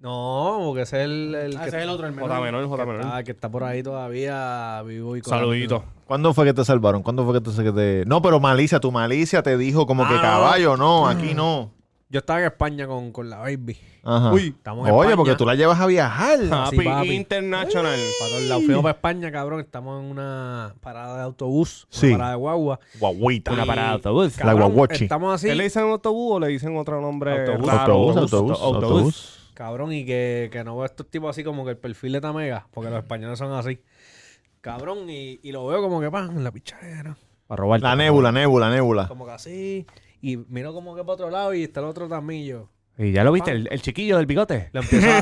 No, porque ese es el, el que,
otro, el
Jota menor, Jota menor.
está, que está por ahí todavía vivo y coleando.
Saludito.
¿Cuándo fue que te salvaron? ¿Cuándo fue que te, que te- No, pero Malicia, tu Malicia te dijo como que
Ah,
caballo, no, aquí no.
Yo estaba en España con, con la baby.
Ajá.
Uy, estamos en
Oye,
España.
porque tú la llevas a viajar.
sí,
Happy
papi.
International.
Para todos lados. Fuimos para España, cabrón. Estamos en una parada de autobús.
Sí.
Una parada de guagua.
Guaguita.
Y,
autobús.
La guaguachi.
Estamos así.
¿Él le dicen autobús o le dicen otro nombre?
Autobús.
raro?
Autobús, autobús, autobús.
Cabrón, y que, que no veo a estos tipos así como que el perfil de Tamega, porque los españoles son así. Cabrón, y, y lo veo como que pan, en la pichadera.
Para robar.
La nébula, nébula, nébula.
Como que así. Y miro como que para otro lado y está el otro también. y yo, "Ah".
¿Y ya lo viste? El, el chiquillo del bigote.
Lo empiezo, a-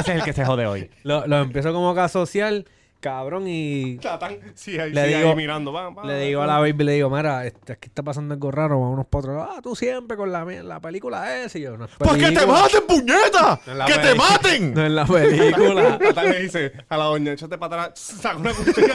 Ese es el que se jode hoy.
lo, lo empiezo como que a asociar, cabrón, y
Sí, ahí,
Le
sí, ahí
digo-
mirando. va, va.
le digo a la baby, le digo, mira, este, aquí está pasando algo raro, vámonos para otro lado. Ah, tú siempre con la, mier- la película esa. Y yo, no es
¡Pues que te
película,
maten, puñeta!
No es la
¡Que te
peli-
maten!
No es la película.
Fatal le dice a la doña, échate para atrás, saca una cuchilla.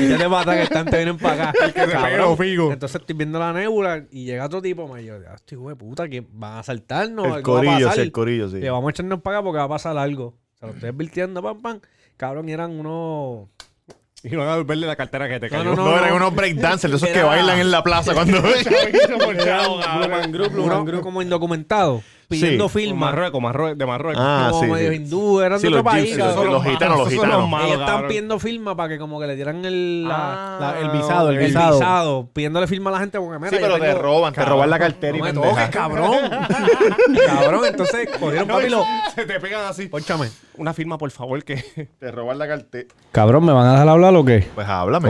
Y ya te matan que están, te vienen para acá.
que se
Cabrón.
pegue los figos.
Entonces estoy viendo la nébula y llega otro tipo mayor. Ya, este hijo de puta, que van a saltarnos.
El corillo, sí, el
corillo.
corillo, sí.
Le vamos a echarnos para acá porque va a pasar algo. Se lo estoy advirtiendo, pam, pam. Cabrón, y eran unos.
y van a devolverle la cartera que te
No,
cayó.
No, eran unos breakdancers, de esos que
Era-
bailan en la plaza cuando
Chavizo ponchado, cabrón.
unos como indocumentados pidiendo firmas.
Marruecos, Marruecos, de Marruecos.
Ah,
como
sí,
medios
sí.
hindúes, eran
Sí,
de
los
otro país.
gypsies,
cabrón.
esos los gitanos, los
esos son
gitanos.
malos,
Ellos están
cabrón.
pidiendo firma para que como que le dieran el, la-
Ah,
la- el visado, el
el
visado.
visado, pidiéndole firma a la gente porque mira,
Sí,
yo
pero te
tengo-
roban, te roban la cartera y
No me
pendeja.
toques, cabrón. cabrón, entonces cogieron papi y lo.
Se te pegan así.
Pónchame.
Una firma, por favor, que...
Te roban la cartera.
Cabrón, ¿me van a dejar hablar o qué?
Pues háblame.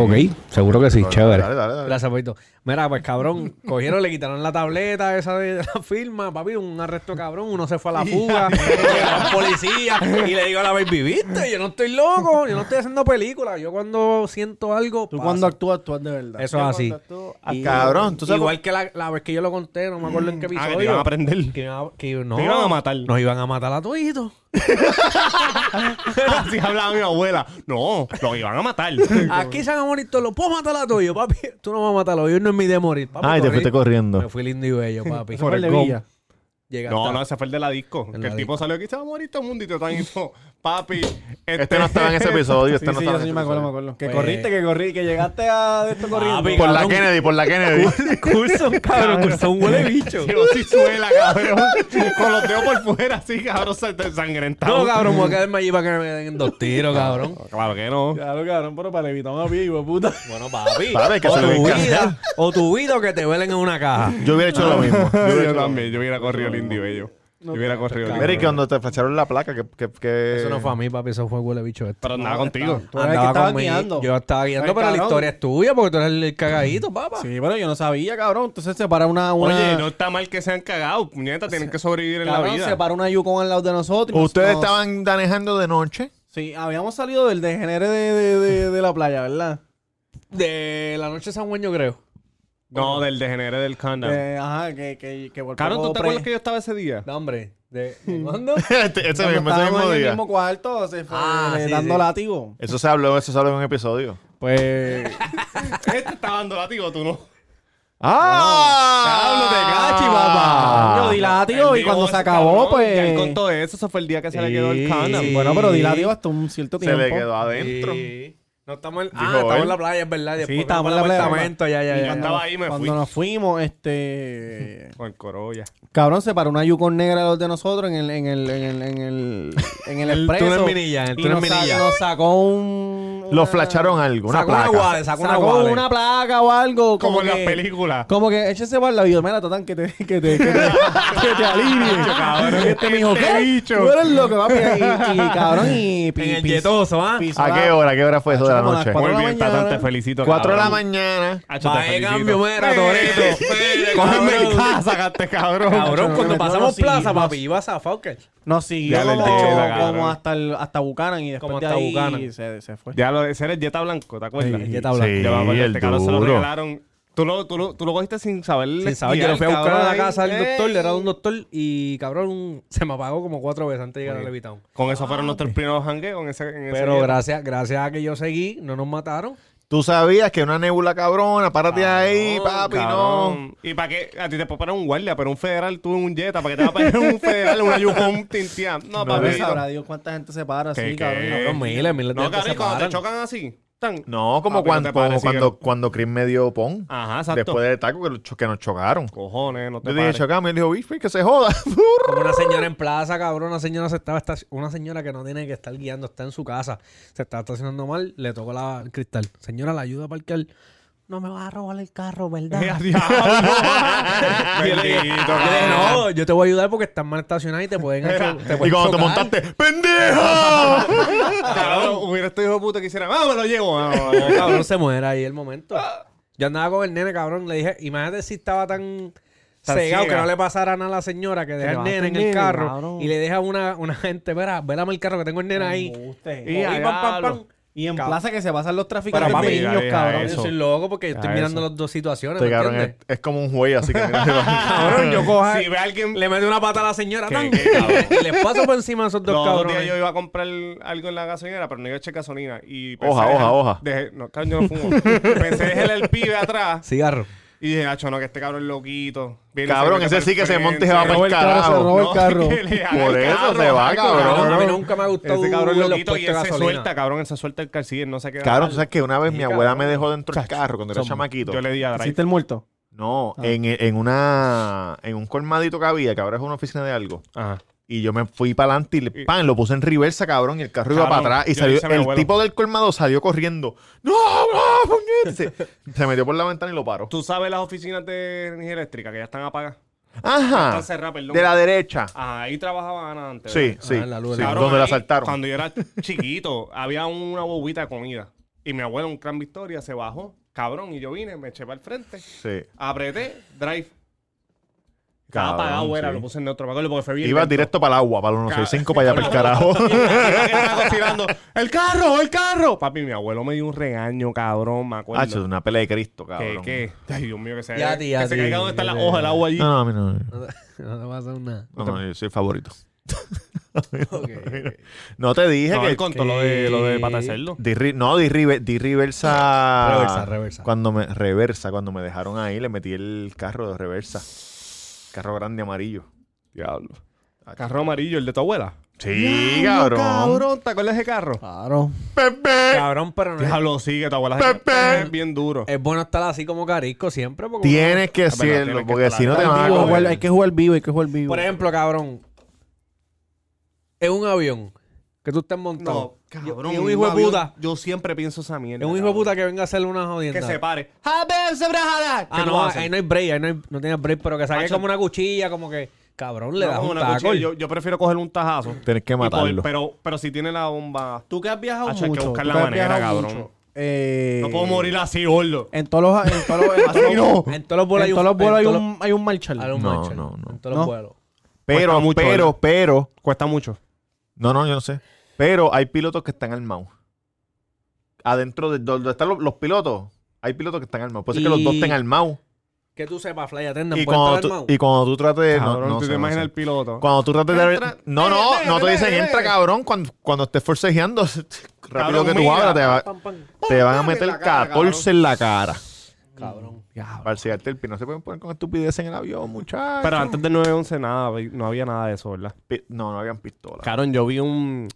seguro que
Dale, Dale, dale, dale.
Gracias, Paito. Mira, pues cabrón, cogieron, le quitaron la tableta esa de la firma, papi, un arresto cabrón, uno se fue a la fuga, llegaron policías y le digo a la baby, viste, yo no estoy loco, yo no estoy haciendo películas, yo cuando siento algo,
Tú
pasa".
cuando actúas, actúas de verdad.
Eso es así.
Ah, cabrón, tú sabes-
Igual que la, la vez que yo lo conté, no me acuerdo en qué
pues, Ah,
episodio.
que te iban a prender.
Que iban a- que no,
Te iban a matar.
Nos iban a matar a toditos.
así hablaba mi abuela. No, los iban a matar.
Ah,
Aquí se van a morir todos. Los puedo matar a tuyo, papi. Tú no vas a matarlo. Yo no es mi de morir. Papi,
Ay, Ah, te fuiste
Me
corriendo.
fui lindo y bello, papi.
Por el villa.
Llegaste
No,
a-
no, ese fue el de la disco. Que
la
el tipo
disco.
salió aquí, se va a morir todo el mundo y te están diciendo, papi,
Este no estaba en ese episodio, este
Sí,
no
sí,
estaba
yo
en
sí
ese
me acuerdo, me
episodio.
acuerdo. Que
Pues-
corriste, que corrí, que llegaste a de esto corriendo.
Papi,
Por la
cabrón.
Kennedy, por la Kennedy.
Curson, cabrón. Curson huele bicho.
Llegó sin suela, cabrón. Con los dedos por fuera, así, cabrón, sangrentado.
No, cabrón, Ah, me voy a quedarme allí para que me den dos tiros, cabrón.
Claro que no.
Claro, cabrón, pero para levitar una pie, hijo de puta.
Bueno, papi.
Papi, que
o
se lo
tu
voy a
vida, o tu vida o que te velen en una caja.
Yo hubiera hecho lo mismo. Yo hubiera
Yo,
hecho lo mismo.
también, yo hubiera corrido el indio bello. Yo hubiera corrido el
Mira, y
indio.
que cuando te facharon la placa, que... que, que...
Eso no fue a mí, papi. Eso fue huele bicho este.
Pero andaba contigo.
Tú eres el que estaba guiando.
Yo estaba guiando,
Ay,
pero la
cabrón.
historia es tuya porque tú eres el cagadito, papá.
Sí, pero yo no sabía, cabrón. Entonces se para una. una
Oye, no está mal que se han cagado, puñeta, tienen que sobrevivir en la
cabrón,
vida.
se para una Yukon al lado de nosotros. y nos-
Ustedes
nos-
estaban danejando de noche.
Sí, habíamos salido del degenere de, de, de, de la playa, ¿verdad?
De la noche de San Juan, yo creo.
No, del degenere del Condom.
Eh, ajá, que, que, que por
Cabrón,
poco
¿tú te
pre-
acuerdas que yo estaba ese día?
No, hombre. ¿De de cuándo?
Este- ese
cuando
mismo, ese
estábamos
mismo
en el
día.
mismo cuarto, se fue
Ah,
eh,
sí,
dando
sí.
látigo.
Eso se habló, eso se habló en un episodio.
pues.
Este estaba dando látigo, tú no.
¡Ah!
te cachi, papá.
Yo di látigo y cuando se acabó, pues...
Él contó eso, eso fue el día que se le quedó el
Sí.
condom.
Sí, Bueno, pero di látigo hasta un cierto
Se
tiempo.
le quedó adentro.
Sí. No estamos en,
Dijo
ah, estamos
él.
en la playa, es verdad. Después
Sí, estábamos en la playa.
apartamento, ya, ya,
Y
ya.
cuando-
estaba ahí, me
cuando
fui.
nos fuimos, este...
Con el corolla.
Cabrón, se paró una Yukon negra de los de nosotros en el, en el, en el, en el, en el
El
expreso.
túnel Minilla, el
y
túnel
nos, sa-
Minilla.
nos sacó un...
Lo
una-
flacharon algo, una
Sacó una
placa.
guada, sacó una
Sacó
wallet.
una placa o algo.
Como en las
que-
películas.
Como que échese por la vida, mira, tratan que te, que te, que te, que te alinee.
Cabrón, este
Dijo, ¿qué? Tú eres loco, papi. Y, y cabrón, y... pi-
En el
pi-
yetoso, ¿ah?
pisó
¿A qué
la-
hora? ¿A qué hora fue eso de la
como a las
noche?
cuatro
Muy
de la
bien, Tatán,
mañana.
te felicito.
Cuatro de la
cabrón.
mañana.
Hacho, te
Va de
felicito.
cambio, mira, Toreto. Mira,
Cógeme el
cabrón.
casa, gaste, cabrón.
Cabrón,
Cabrón,
cuando
no,
pasamos
sí,
plaza,
no.
papi, iba a zafar, que-
Nos siguió
Ya le
como,
dije, la cabrón.
como hasta, el, hasta Bucanan y después
Como
de
hasta
ahí
Buchanan.
se, se fue.
Ya lo ese era el Jetta Blanco, ¿te acuerdas?
Sí, el Jetta Blanco.
Sí,
Ya me acuerdo,
el
este cabrón se lo
duro.
regalaron. Tú lo, tú, lo, tú lo cogiste sin saber
Sin saber, yo lo fui a buscar a la casa del doctor, le
le
era de un doctor y cabrón se me apagó como cuatro veces antes de llegar a Levitown.
Con eso fueron nuestros primeros jangueos en ese, en ese
Pero
día.
gracias, gracias a que yo seguí, no nos mataron.
Tú sabías que una nebula cabrona, párate ahí,
No,
papi, no.
cabrón. Y para que a ti te puedes poner un guardia, pero un federal tú en un Jetta, para que te va a poner un federal, una Yukon tintia. No,
Pero
papi.
sabrá Dios cuánta gente se para
¿Qué,
así,
qué?
cabrón.
Cabrón, miles, miles de
No,
gente
cabrón,
se
y cuando te
paran.
chocan así, tan.
No, como
Papi,
cuando,
Ah, te pares,
como
sigue.
cuando, cuando Chris me dio pon.
Ajá, exacto.
Después del taco que, lo cho- que nos chocaron.
Cojones, no te
Yo dije,
pares.
chocame. Él dijo, "Uy, que se joda.
Como una señora en plaza, cabrón, una señora se estaba estaci- una señora que no tiene que estar guiando, está en su casa, se está estacionando mal, le tocó la el cristal. Señora, la ayuda a parquear.
No me vas a robar el carro,
Eh,
¿verdad?
a diablo. Yo le dije,
Bendito,
yo le dije,
cabrón.
no.
No, yo te voy a ayudar porque estás mal estacionada y te pueden hacer- te
y
pueden
cuando te
chocar.
montaste, ¡pendejo!
Cabrón, hubiera este hijo de puta que hiciera, ¡ah, me lo llevo! Ah, no, no,
No, cabrón, se muera ahí el momento. Yo andaba con el nene, cabrón. Le dije, imagínate si estaba tan,
Tan
cegado
ciega.
que no le pasara nada a la señora que deja el
levanta
nene en
el
el
nene,
carro
cabrón.
y le deja una, una gente, verá, vélame el carro que tengo el nene ahí.
Embuste.
Y
Y, ahí, pam, pam, pam.
Y en
Cabrón.
plaza que se pasan los
Pero
traficantes
papi,
de niños,
deja
cabrón.
eso.
Yo soy loco porque yo estoy
Ah,
mirando
eso.
las dos situaciones.
Este
¿me
cabrón es,
entiendes?
es como un juez, así que mira, se va.
Cabrón, yo cojo.
Si ve a alguien-
Le meto una pata a la señora.
¿Qué,
tan,
qué, cabrón?
y les paso por encima a esos dos
Los otros días
cabrones.
yo iba a comprar algo en la gasolinera, pero no iba a echar gasolina. Y
Hoja,
dejar-
hoja, hoja.
dejé- no, cabrón, yo no fumo. pensé dejarle el pibe atrás
Cigarro.
y dije, hacho, no, que este cabrón es loquito. Viene y
Cabrón,
se mete
ese sí
pa'l
que se monte y se va
frente.
para el carajo.
robó el carro.
que le haga
Por
el
eso
carro,
se va,
marico,
cabrón.
Cabrón, a mí nunca me ha gustado
Ese cabrón
los
loquito y
puestos
él
de
se
gasolina.
suelta, cabrón. Él se suelta el calciller, no sé qué.
Cabrón, tú sabes que una vez
Sí,
mi abuela
cabrón.
me dejó dentro del carro cuando era chamaquito.
Yo le Ah. di a Drive.
¿Hiciste el muerto?
No, en, en una en un colmadito que había, que ahora es una oficina de algo.
Ajá.
Y yo me fui para adelante y le-
Y-
pan, lo puse en reversa, cabrón, y el carro iba para
Cabrón,
atrás. Y
yo le
salió,
hice a mi
el
abuelo.
tipo del colmado salió corriendo. ¡No, no, puñet! Se, se metió por la ventana y lo paró.
Tú sabes las oficinas de energía eléctrica que ya están apagadas.
Ajá.
Están cerradas, perdón.
Ah. De la derecha.
Ajá, ahí trabajaba Ana antes.
Sí,
¿verdad?
sí.
en Ah, la luz de
sí,
la-
Ah, Cabrón,
donde la
ahí,
saltaron.
Cuando yo era chiquito, había una bobita de comida. Y mi abuelo, un gran Victoria, se bajó, cabrón, y yo vine, me eché para el frente,
Sí.
apreté, drive. Estaba
Cabrón,
apagado, era,
sí.
lo puse en neutro, me acuerdo, porque fue bien.
Iba
lento.
directo para el agua, para el 165, para allá, para el carajo.
Cabrón, iba que estaba cocinando, ¡El carro, el carro! Papi, mi abuelo me dio un regaño, cabrón, me acuerdo.
Ah, eso es una pelea de Cristo, cabrón.
que, que, ay, Dios mío, que se,
Ya, a ti, ya,
que
a
se
ti.
caiga donde está la hoja, el agua allí.
No, no, a mí no. No,
No te pasa nada.
no, yo soy el favorito.
Ok,
No te dije
No,
que.
él contó lo de, lo de pata de cerdo.
Di ri- no, di, rive- di reversa.
Reversa, reversa.
Cuando me, reversa, cuando me dejaron ahí, le metí el carro de reversa. Carro grande amarillo.
Diablo. Carro amarillo, el de tu abuela.
Sí, cabrón.
Cabrón, ¿te acuerdas de ese carro?
Ah.
Claro.
Pepe.
Cabrón, pero no es
Diablo, sí, que tu abuela
Pepe.
es bien duro.
Es bueno estar así como carisco siempre. Porque
Tienes que
Es
hacerlo,
verdad, Ah, tienes que
porque
estar
si no te
ahí.
van a
Vivo,
comer.
hay que jugar vivo, hay que jugar vivo.
Por ejemplo, cabrón. En un avión que tú estés montado. Y un hijo de puta.
Yo siempre pienso esa mierda.
Es un hijo de puta que venga a hacerle una jodienda.
Que se pare.
Ah,
¿Qué tú
no,
haces?
ahí no hay break, ahí no, hay, no tienes break, pero que saque
Macho.
como una cuchilla, como que. Cabrón, le
No,
das
como
un
una
taco.
cuchilla. yo, yo prefiero coger un tajazo.
Tienes que
Y poder-
matarlo.
pero, pero si tiene la bomba.
tú que has viajado
Hacho, hay que
mucho.
buscar
tú
la
que has
manera,
viajado
cabrón.
eh,
No puedo morir así, gordo.
En todos los... En todos los, en todos los-
En todos los vuelos
en todos los vuelos hay
en todos
un, hay un marchal.
los- hay un
No,
marcha,
no, no.
En todos los
No.
vuelos.
Pero,
Cuesta mucho,
pero,
¿verdad?
pero.
Cuesta mucho.
No, no, yo no sé. Pero hay pilotos que están armados. Adentro de donde están los, los pilotos, hay pilotos que están armados. Puede ser que los dos
Y-
estén armados.
Que tú sepas, Fly Attendant,
Y
puede estar
cuando, tú,
armado.
y cuando tú trates de.
Cabrón,
eh, no, no
tú
sé,
te
no
imaginas
sé.
el piloto.
Cuando tú trates de.
Entra-
no, no,
dale,
no te
dale,
dicen,
dale,
entra,
dale".
cabrón. Cuando, cuando estés forcejeando, rápido
Cabrón,
que tú
mira.
abras, te, va-
Pam, pam.
te van a
Pam,
meter
en la cara,
14 en la cara.
Cabrón.
Para sellarte el pie. No se pueden poner con estupidez en el avión, muchachos.
Pero antes del 911 nada, vi- no había nada de eso, ¿verdad?
Pi- No, no habían pistola.
Cabrón, yo vi un...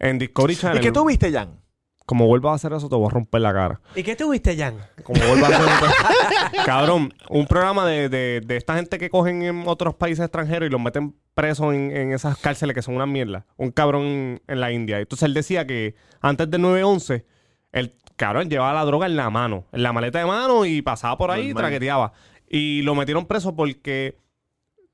En Discovery Channel...
¿Y qué tú viste, Jan?
Como vuelvas a hacer eso, te voy a romper la cara.
¿Y qué tuviste, Jan?
Como vuelvas a hacer eso... Cabrón, un programa de, de- de esta gente que cogen en otros países extranjeros y los meten presos en, en esas cárceles que son una mierda. Un cabrón en la India. Entonces él decía que antes del 911, el cabrón llevaba la droga en la mano, en la maleta de mano y pasaba por ahí y
Normal.
traqueteaba. Y lo metieron preso porque...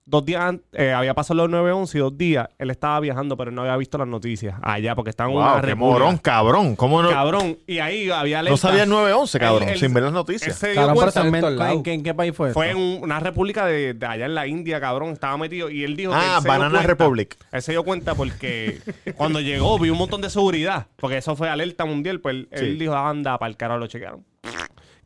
dos días an- eh, había pasado los 9-11 y dos días él estaba viajando, pero no había visto las noticias allá porque estaban en
Wow,
una
qué
repudia.
morón, cabrón. ¿Cómo no?
Cabrón, y ahí había
No sabía el
nueve
911, cabrón,
Él- él-
sin ver las noticias.
Cabrón, pero también,
en todos
¿en, qué, en qué país fue?
Fue en
esto?
un- una república de, de allá en la India, cabrón. Estaba metido y él dijo que.
Ah,
él se dio
Banana
cuenta-
Republic.
Él se dio cuenta porque cuando llegó vi un montón de seguridad. Porque eso fue alerta mundial. Pues él, él
Sí.
dijo, anda, para el carajo lo chequearon.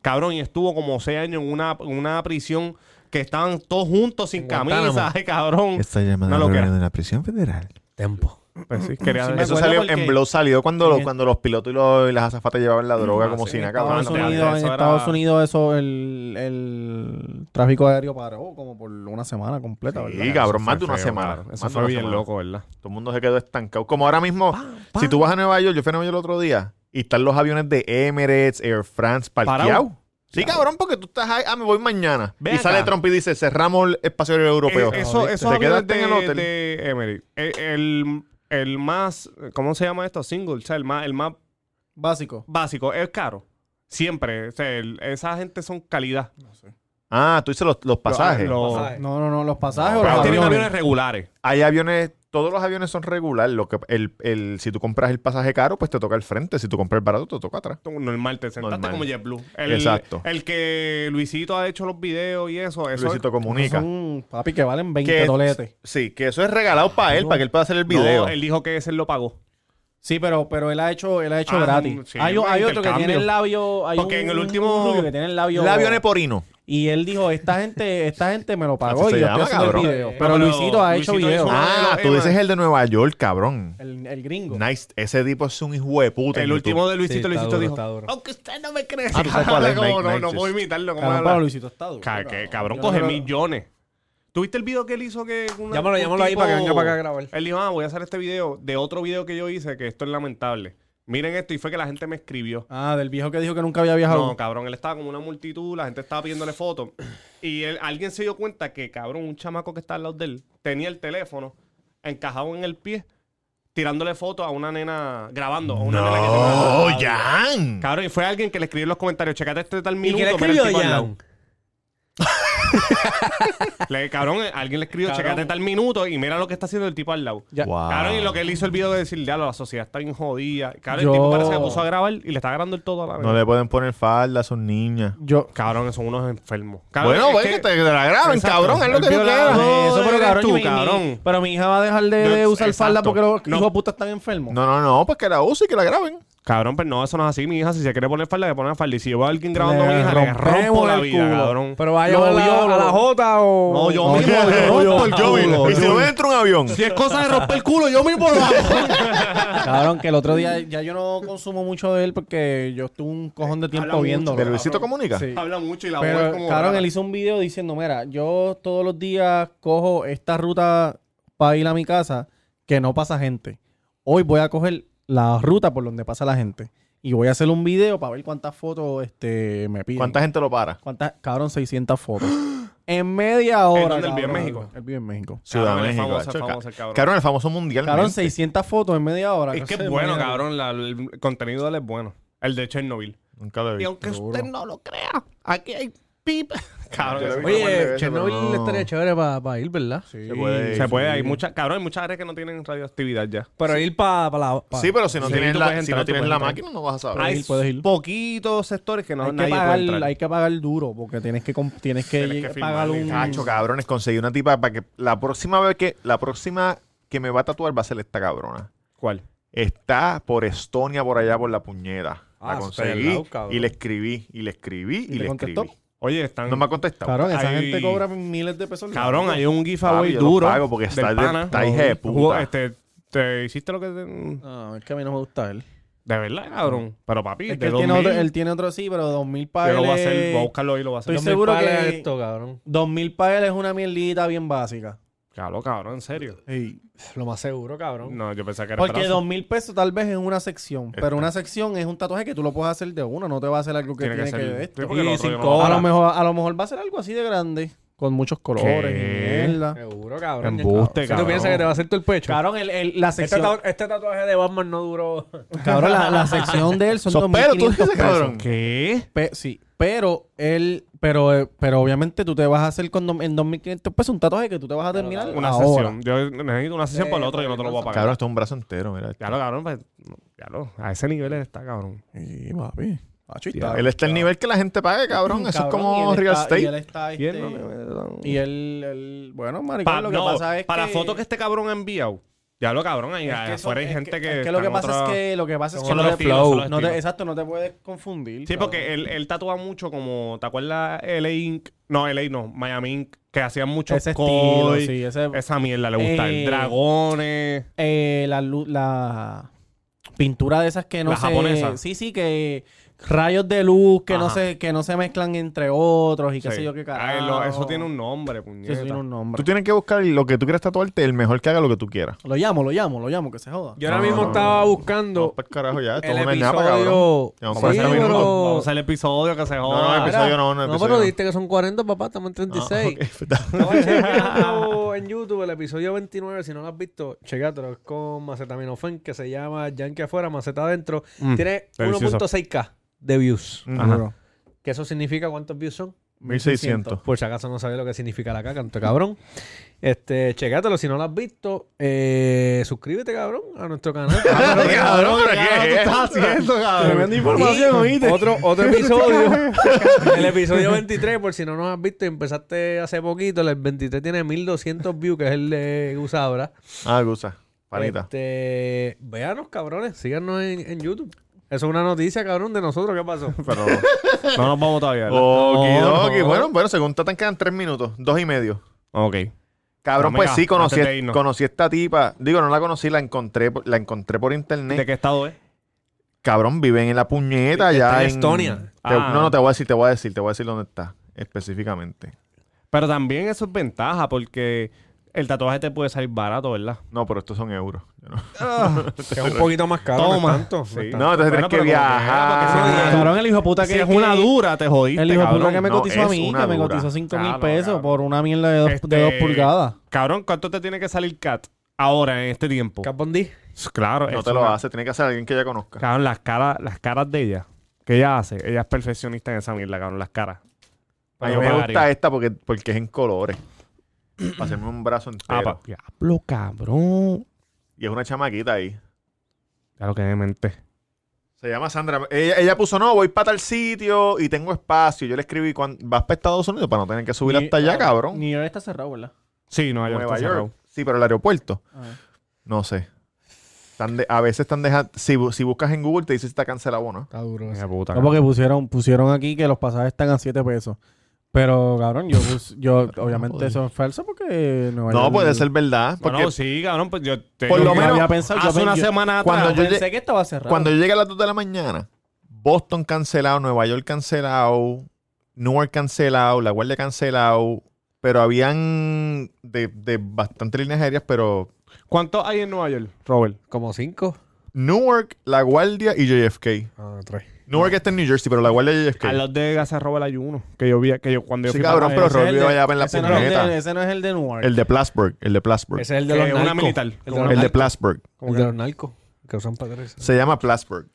Cabrón, y estuvo como seis años en una, en una prisión que estaban todos juntos sin
En Guantánamo.
camisa. Ay, cabrón.
Esta llamada
No lo
proviene
creo.
de la prisión federal.
Tempo.
Pues sí, quería
Sí, me
Eso
eso
acuerdo
salió
porque-
en Blow salió cuando,
en
lo-
el-
cuando los pilotos y, los- y las azafatas llevaban la droga
Ah,
como
sí,
si
en
nada, cabrón.
Estados
Cabrón,
Unidos,
eso
en
era-
Estados Unidos eso, el, el tráfico aéreo paró como por una semana completa,
Sí,
¿verdad?
cabrón,
Eso
más
fue
de una
feo,
semana.
cabrón.
más
Eso
de
fue
una
bien
semana.
loco, ¿verdad?
Todo el mundo se quedó estancado. Como ahora mismo, si tú vas a Nueva York, yo fui a Nueva York el otro día y están los aviones de Emirates, Air France parqueados.
Parado.
Sí, cabrón, porque tú estás ahí. Ah, me voy mañana.
Ve
y
acá.
sale Trump y dice: cerramos el espacio aéreo europeo.
Eh, eso,
Te
eso
quedaste en el hotel.
de Emery. El, el- el más, ¿cómo se llama esto? Single, o sea, el más, el más
Básico.
básico. Es caro. Siempre. O sea, el- esa gente son calidad.
Ah, tú dices los, los pasajes.
Los-
Pasajes.
No, no, no, los pasajes o
Eh. pero
los
tienen
aviones.
aviones regulares.
Hay aviones, todos los aviones son regular. Lo que, el, el, si tú compras el pasaje caro, pues te toca al frente. Si tú compras el barato, te toca atrás.
Normal, te sentaste
Normal.
como JetBlue. El,
Exacto.
El que Luisito ha hecho los videos y eso. eso
Luisito comunica.
Son, papi, que valen 20
Que-
doletes.
Sí, que eso es regalado para él, para que él pueda hacer el
No,
video.
él dijo que ese lo pagó.
Sí, pero, pero él ha hecho, él ha hecho
Ah,
gratis.
sí,
hay, o- hay otro que
intercambio.
tiene el labio. Hay
Porque
un-
en el último-
un rubio que tiene el labio.
Labio neporino.
Y él dijo, esta gente, esta gente me lo pagó
Así
y
se
yo estoy
llama,
haciendo
cabrón.
el video.
Eh,
Pero,
pero
Luisito ha hecho
Luisito
video.
hizo-
Ah,
de los
tú dices
Emirates.
el de Nueva York, cabrón.
El, el gringo.
Nice. Ese tipo es un hijo de puta. en
El
YouTube.
último de
Sí,
Luisito,
está
Luisito
duro,
dijo. "Oh,
está duro.
Aunque usted no me cree.
Ah, tú sabes cuál es,
Como,
Nate-
no, no
Nate
puedo imitarlo. ¿cómo
Cabrón,
habla?
pero Luisito está duro,
Ca- que, cabrón,
Yo
coge
creo-
millones. ¿Tuviste el video que él hizo que... una-
Llámalo,
un
llámalo ahí para que venga para acá a grabar.
Él dijo, ah, voy a hacer este video de otro video que yo hice, que esto es lamentable. Miren esto, y fue que la gente me escribió.
Ah, del viejo que dijo que nunca había viajado.
No, cabrón, él estaba como una multitud, la gente estaba pidiéndole fotos. Y él- alguien se dio cuenta que, cabrón, un chamaco que está al lado de él tenía el teléfono encajado en el pie, tirándole fotos a una nena, grabando. A una nena que tenía una
No,
radio.
Jan.
Cabrón, y fue alguien que le escribió en los comentarios, checate este tal
¿Y
minuto.
qué le
mira el
escribió
tipo al lado".
Jan?
Le, cabrón, eh, alguien le escribió,
Cabrón.
checate tal minuto y mira lo que está haciendo el tipo al lado.
Ya.
Wow.
Cabrón, y lo que él hizo el video de decir, ya, la sociedad está bien jodida. Cabrón,
Yo-
el tipo parece que puso a grabar y le está grabando el todo a la
No
vez.
le pueden poner falda a sus niñas.
Yo.
Cabrón, son unos enfermos. Cabrón,
Bueno,
es
güey,
que-
que te te la graben,
Exacto.
cabrón. Es lo
El
que tú
violador.
quieras.
No,
eso, pero
eres
cabrón,
tú,
yo- mi-
cabrón.
mi- pero mi hija va a dejar de, de
No,
usar falda
exacto.
porque los
No.
hijos de puta están enfermos.
No, no, no, pues que la use y que la graben.
Cabrón, pero no, eso no es así, mi hija. Si se quiere poner falda, que pone falda. Y si yo veo a alguien grabando
Le
a mi hija, le
rompemos
rompo la
el
vida,
culo.
cabrón.
Pero vaya
Lo
a la,
vio,
a la
lo-
Jota o.
No, yo
No,
mismo
yo-
le
yo-
rompo el
yo-
culo.
Y si no entra un avión.
Si es cosa de romper el culo, yo mismo lo hago.
Cabrón, que el otro día ya yo no consumo mucho de él porque yo estuve un cojón de
Habla
tiempo
mucho
viéndolo.
¿De Luisito comunica?
Sí.
Habla mucho y la voz es
Pero,
como...
cabrón,
rara.
él hizo un video diciendo, mira, yo todos los días cojo esta ruta para ir a mi casa que no pasa gente. Hoy voy a coger la ruta por donde pasa la gente. Y voy a hacer un video para ver cuántas fotos este, me piden.
¿Cuánta gente lo para?
¿Cuántas? Cabrón, 600 fotos. en media hora.
dónde? ¿Él vive en
cabrón.
México?
Él vive en México.
Ciudad de
él es
México.
famoso,
hacho,
es
ca-
famoso el cabrón.
Cabrón, el famoso mundial.
Cabrón, 600 fotos en media hora.
Es que
Cabrón,
es bueno,
media hora.
cabrón. la- el contenido de él es bueno. El de Chernobyl.
Nunca lo he
Y
visto.
aunque usted no lo crea, aquí hay pip. Cabrón,
Yo lo
eso-
vi como el de
Oye,
ese, pero
Chernobyl
no.
estaría chévere para ir, ¿verdad? Sí.
Se puede.
se puede,
sí.
hay muchas, cabrón, hay muchas áreas que no tienen radioactividad ya.
Pero ir para la. pa-
Sí, pero si no
Sí,
tienes
tú
la,
puedes
si no
entrar, tú
tienes
puedes
la
entrar.
máquina, no vas a saber.
Hay
ir, puedes ir.
poquitos sectores que no
Hay que,
nadie puede
pagar,
entrar.
hay que pagar duro porque tienes que, comp- tienes que,
Tienes que
pagar
firmarle.
un...
Cacho, cabrones, conseguí una tipa para que la próxima vez que la próxima que me va a tatuar va a ser esta cabrona.
¿Cuál?
Está por Estonia, por allá, por la puñera.
Ah,
la
eso está ahí al
conseguí
lado, cabrón.
y le escribí, y le escribí, y,
te
le
contestó?
escribí.
Oye, están.
No me ha contestado.
Cabrón, esa
Ahí-
gente cobra miles de pesos.
Cabrón, hay un
Papi,
giveaway
yo lo
duro.
pago porque
del
está de-
pana.
está hijo de puta.
Jugó, este, te hiciste lo que. te-
No, es que a mí no me gusta él.
De verdad, cabrón. Pero papi,
Es que
de
él
2000,
tiene, otro, él tiene otro sí, pero dos mil para
yo lo voy a
él
hacer.
es-
Voy a buscarlo y lo voy a hacer.
Estoy
Dos mil
seguro
pares
que-
de esto, cabrón.
Dos mil para él es una mierdita bien básica.
Cabrón, cabrón, en serio.
Lo más seguro, cabrón.
No, yo pensaba que era
Porque
brazo.
dos mil pesos tal vez es una sección, pero una sección es un tatuaje que tú lo puedes hacer de uno, no te va a hacer algo que
Tiene
tiene,
que
que,
ser-
de esto.
Sí, porque
Y
lo otro
cinco
yo no lo
horas. a,
hago.
lo mejor, a lo mejor va a ser algo así de grande, con muchos colores.
¿Qué?
y mierda.
Seguro, cabrón.
Embuste,
Si
cabrón.
¿Tú piensas que te va a hacer todo el pecho?
Cabrón, el- el- la
Este,
sección,
tatu- este tatuaje de Batman no duró.
cabrón, la, la sección de él son
Esos
dos mil
pelos, tú dices,
quinientos
cabrón.
pesos.
¿Qué?
Pe- sí, pero él, pero, eh, pero obviamente tú te vas a hacer con dos- en 2.500 pesos un tatuaje que tú te vas a terminar
Una
ahora. Eh,
sesión. Yo necesito una sesión para el otro, yo no te lo voy a pagar.
Cabrón, esto es un brazo entero, mira.
Ya lo, cabrón, pues, no, ya lo. A ese nivel él está, cabrón.
Y papi, macho, y
Él está al nivel que la gente pague, cabrón. Eso es
y
como
él
real
está-
estate.
Y él está,
Y él
este,
no me- no-
y él- él- bueno, maricón,
Pa-
lo que
no,
pasa es
para
que...
la foto que este cabrón ha enviado. Ya lo, cabrón, ahí
es que eso-
afuera hay
es
gente que.
es que lo
está
que
en
pasa
otra-
es que lo que pasa es
son
que no
otros
te,
estilos, son otros
no te-
estilos.
exacto, no te puedes confundir.
Sí,
cabrón.
porque él, él tatúa mucho como, ¿te acuerdas LA Inc? No, LA no, Miami Inc, que hacían mucho
Ese
koi.
estilo, sí, ese-
Esa mierda le gusta.
Eh,
el dragones.
Eh, la, lu- la pintura de esas que no
La
se
japonesa.
sí sí que rayos de luz que no
Ajá.
se que no se mezclan entre otros y qué
Sí.
sé yo qué carajo.
Ay, lo- eso tiene un nombre,
Sí,
puñeta.
eso tiene un nombre.
Tú tienes que buscar lo que tú quieras tatuarte, el mejor que haga lo que tú quieras.
Lo llamo, lo llamo, lo llamo que se joda.
Yo ahora
No,
mismo
no,
estaba
no.
buscando
para el carajo ya. Esto
el
es una ñapa, cabrón.
episodio.
Ya vamos
Sí,
para ese minuto.
pero-
Vamos al episodio que se
No, no, el
joda.
episodio no, no, el
No,
episodio
pero
no.
dijiste que son 40, papá, estamos en 36.
Ah,
Estaba chequeando en YouTube el episodio 29, si no lo has visto, checátelo, es con Macetaminofen, que se llama Yankee afuera, Maceta adentro.
Mm,
Tiene
delicioso.
1.6k de views.
Ajá.
¿Que eso significa cuántos views son?
1600.
Por si acaso no sabes lo que significa la caca, canto cabrón. Este, checátelo si no lo has visto. Eh, suscríbete, cabrón, a nuestro canal. Ah,
Pero, cabrón, ¿pero qué es esto?
Tremenda
Y Otro, otro episodio. el episodio 23, por si no nos has visto y empezaste hace poquito, el 23 tiene 1200 views, que es el de Usabra.
Ah, Gusa. Panita.
Este, véanos, cabrones, síganos en, en YouTube. Eso es una noticia, cabrón, de nosotros. ¿Qué pasó?
Pero no nos vamos todavía. ¿verdad?
Okidoki.
No, no.
Bueno, bueno, según Tatan quedan tres minutos, dos y medio.
Ok.
Cabrón,
No,
pues
mira,
sí, conocí,
antes de irnos.
conocí esta tipa. Digo, no la conocí, la encontré, por- la encontré por internet.
¿De qué estado es?
Cabrón, viven en la puñeta allá
en
en...
Estonia.
Te-
Ah.
No, no, te voy a decir, te voy a decir, te voy a decir dónde está específicamente.
Pero también eso es ventaja porque el tatuaje te puede salir barato, ¿verdad?
No, pero estos son euros. Yo no-
Que es un poquito más caro. no es
Toma.
tanto, no es
Sí.
tanto.
No, entonces
Bueno,
tienes que
pero como quiera, porque si
viajar.
es una-
Cabrón, el hijo de puta que
si es una dura, te jodiste,
El hijo de puta
cabrón.
que me
no,
cotizó a
es
mí,
una
que me
dura.
cotizó 5 mil
Claro,
pesos
cabrón.
por una mierda de 2
Este,
pulgadas.
Cabrón, ¿cuánto te tiene que salir cat ahora en este tiempo?
Capondí.
S- Claro,
No
es
te lo
una-
hace, tiene que hacer alguien que ya conozca.
Cabrón, las caras, las caras de ella, que ella hace, ella es perfeccionista en esa mierda, cabrón, las caras.
A mí
Yo
me
pagaría.
gusta esta porque, porque es en colores. Para hacerme un brazo
Ah,
entero.
pa- diablo, cabrón.
y es una chamaquita ahí.
Ya lo que me menté.
Se llama Sandra. Ella, ella puso, no, voy para tal sitio y tengo espacio. Yo le escribí, "Cuán- vas para Estados Unidos para no tener que subir hasta allá, cabrón.
Ni York está cerrado, ¿verdad?
Sí, Nueva York.
Nueva
está
York.
cerrado.
Sí, pero el aeropuerto.
Ah.
No sé. Están de- a veces están dejando... Si, bu- si buscas en Google te dice si está cancelado, ¿no?
Está duro.
Hija de puta,
No,
cabrón.
porque pusieron, pusieron aquí que los pasajes están a 7 pesos. Pero, cabrón, yo, pus- yo obviamente eso es falso porque Nueva
No,
York-
puede ser verdad.
Bueno,
Porque
sí, cabrón, pues yo te
Por
yo
lo
que
menos
había
pensado- yo
hace
pen-
una
yo-
semana
cuando
atrás.
yo
Pensé
lle-
que estaba cerrado.
cuando yo llegué a las 2 de la mañana, Boston cancelado, Nueva York cancelado, Newark cancelado, La Guardia cancelado, pero habían de, de bastantes líneas aéreas, pero
¿Cuántos hay en Nueva York, Robert?
Como cinco.
Newark, La Guardia y JFK.
Ah, tres.
Newark está en New Jersey, pero La Guardia y JFK.
A los de Gaza Robert hay uno. Que yo vi, que yo cuando yo
Sí,
fui para
cabrón, pero
Nueva York-
Ese es el
Rolly
de-
vaya para la
ese no es el
puñeta.
de- Ese no es el de Newark.
El de Plattsburgh, el de Plattsburgh.
Ese es el de
Que
los
es una
narcos.
militar.
El de los
Como
El de
narcos.
Plattsburgh.
Como que los narcos. Que usan para tres.
Se llama Plattsburgh.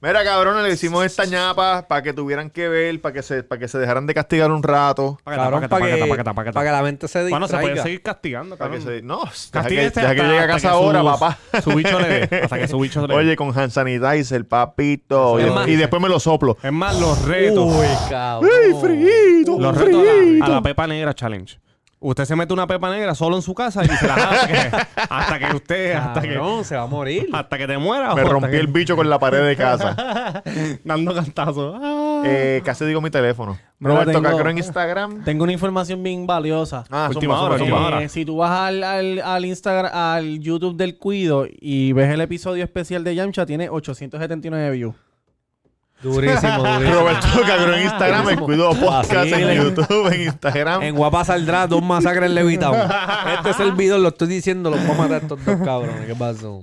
Mira, cabrón, le hicimos esta ñapa para que tuvieran que ver, para que se, para que se dejaran de castigar un rato.
Págata,
Cabrón,
págata,
para que,
págata, págata, págata.
pa' que la mente se distraiga.
Bueno, se puede seguir castigando,
Para que
cabrón.
se, no, deja que,
Castíguese
deja que
hasta-
llegue a
hasta
casa
que
ahora,
su-
papá.
Su bicho le dé. Hasta que su bicho le dé.
Oye, con hand sanitizer, papito.
Es
Y,
más-
y después me lo soplo.
Es más, los retos.
Uy, cabrón.
¡Ey, frito!
Ah,
los retos a la, a la Pepa Negra Challenge. Usted se mete una pepa negra solo en su casa y se la jala hasta que, hasta que usted, hasta que,
Cabrón, se va a morir.
hasta que te muera.
Me
o hasta
rompí
que-
el bicho con la pared de casa.
dando cantazos. Ah.
Eh, casi digo mi teléfono.
Me lo
Roberto
tengo.
Cacro en Instagram.
Tengo una información bien valiosa.
Ah,
Última
zumba, zumba,
hora,
Eh,
zumba.
última hora.
si tú vas al, al, al Instagram, al YouTube del Cuido y ves el episodio especial de Yamcha, tiene 879 views.
Durísimo, durísimo.
Roberto Cacro en Instagram. El Cuido Podcast en YouTube, en Instagram.
En Guapa saldrá dos masacres levitados. este es el video, lo estoy diciendo, los voy a matar a estos dos cabrones. ¿Qué pasó?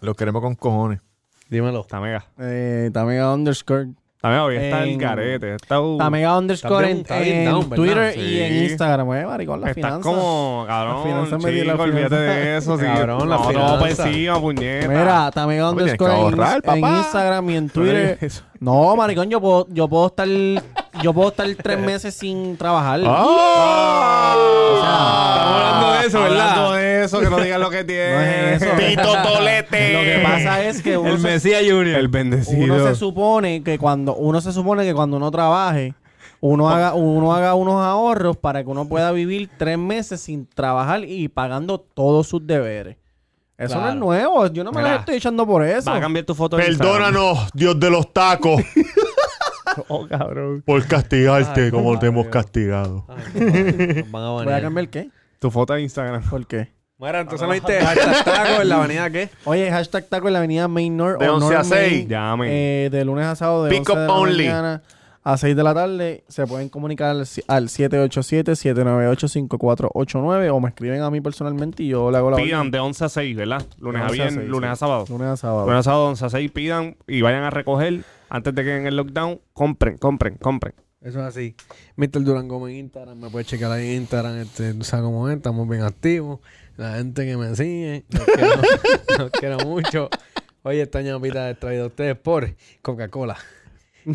Los queremos con cojones.
Dímelo.
Está mega.
Eh, Tamega underscore.
Está mega, hoy está el
En-
garete. Está, uh,
Tamega underscore
bien-
en,
está bien
en
down, ¿verdad?
Twitter y
Sí.
en Instagram. Eh, maricón, la
Estás
finanza.
como,
La
cabrón,
finanza me dio la
chico, olvídate
finanza.
de eso. sí.
Cabrón, la
no, no, pues
finanza.
sí, puñeta.
Ah,
Mira, Tamega
Oye, tienes que
underscore en,
ahorrar,
en
papá.
Instagram y en
Tú eres
Twitter. No, maricón, yo puedo, yo puedo estar yo puedo estar tres meses sin trabajar.
Ah. Estamos hablando de eso, ¿verdad?
¡Ah! Hablando de eso, que no digas lo que tiene.
es eso.
Tito Tolete.
Lo que pasa es que uno
El
se-
Mesías Junior.
El
uno
bendecido.
se supone que cuando uno se supone que cuando uno trabaje
Oh.
uno haga uno haga unos ahorros para que uno pueda vivir tres meses sin trabajar y pagando todos sus deberes eso no es
Claro.
nuevo yo no me las
Mira,
estoy echando por eso
Va a cambiar tu foto. de Instagram.
Perdónanos, Dios de los tacos,
Oh, cabrón.
por castigarte
Ay,
como te hemos
Dios.
castigado.
Ay, nos van a
voy a
banear.
cambiar qué
Tu foto de Instagram.
por qué
Mira, entonces no viste hashtag taco en la avenida qué?
Oye, hashtag taco en la avenida Main North.
De
o
11 a
North Main,
6.
Llamen.
eh, de lunes a sábado de
Pick
11 de
up
la
only.
mañana a 6 de la tarde. Se pueden comunicar al, ci- al 787-798-5489 o me escriben a mí personalmente y yo le hago la
Pidan de 11 a 6, ¿verdad? Lunes a
11 a
viernes,
6,
lunes
sí.
a sábado.
Lunes a sábado.
Lunes a sábado, 11 a 6, pidan y vayan a recoger antes de que en el lockdown. Compren, compren, compren.
Eso es así. Mr. Durán Gómez en Instagram. Me puedes checar ahí en Instagram. Este, tú sabes cómo es. Estamos bien activos. La gente que me sigue. Los quiero, los quiero mucho. Oye, esta ñapita es traída a ustedes por Coca-Cola.
¿Qué,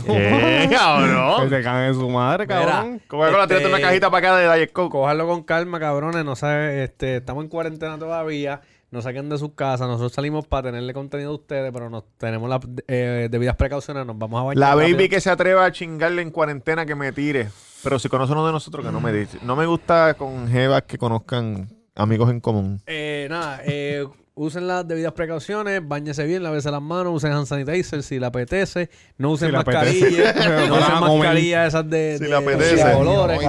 Que
cabrón?
se caguen su madre, cabrón.
Oh.
Como
Mira,
que la tiraste
este,
una cajita para acá de Diet Coke.
Cojarlo con calma, cabrones. No sabe, este, estamos en cuarentena todavía. No saquen de sus casas. Nosotros salimos para tenerle contenido a ustedes, pero nos tenemos las eh, debidas precauciones. Nos vamos a bañar.
La
rápido.
baby que se atreva a chingarle en cuarentena que me tire. Pero si conoce uno de nosotros que no me dice. No me gusta con jevas que conozcan amigos en común.
Eh, nada, eh, usen las debidas precauciones, bañense bien, lávese las manos, usen hand sanitizer si le apetece, no usen
Si le
mascarillas, no
apetece.
usen
No la van a comer.
mascarillas esas de,
Si
de-
le apetece.
de colores.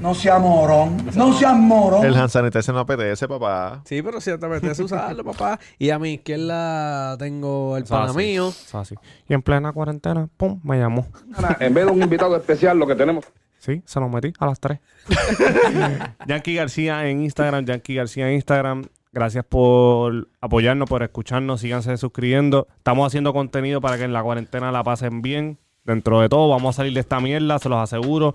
No seas morón. No seas morón.
El hand sanitizer no apetece, papá.
Sí, pero si te apetece usarlo, papá. Y a mi izquierda tengo el
Eso
pana
así,
mío.
eso así. Y en plena cuarentena, pum, me llamó.
En vez de un invitado especial, lo que tenemos
Sí, se los metí a las 3. Yankee García en Instagram, Yankee García en Instagram. Gracias por apoyarnos, por escucharnos. Síganse suscribiendo. Estamos haciendo contenido para que en la cuarentena la pasen bien. Dentro de todo, vamos a salir de esta mierda, se los aseguro.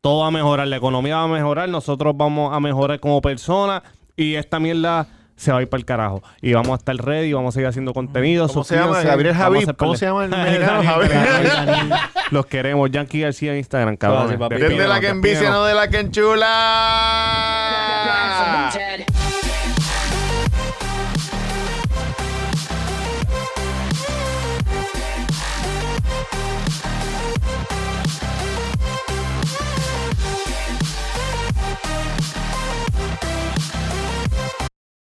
Todo va a mejorar, la economía va a mejorar, nosotros vamos a mejorar como personas y esta mierda se va a ir para el carajo. Y vamos a estar ready, vamos a seguir haciendo contenido.
¿Cómo se llama?
Suscríbanse.
Gabriel
Vamos a
Javid.
hacer
¿Cómo
par de-
se llama el mexicano? Javid.
Los queremos. Yankee García en Instagram, cabrón.
Gracias, papi.
Desde la que envicia, no de la que enchula.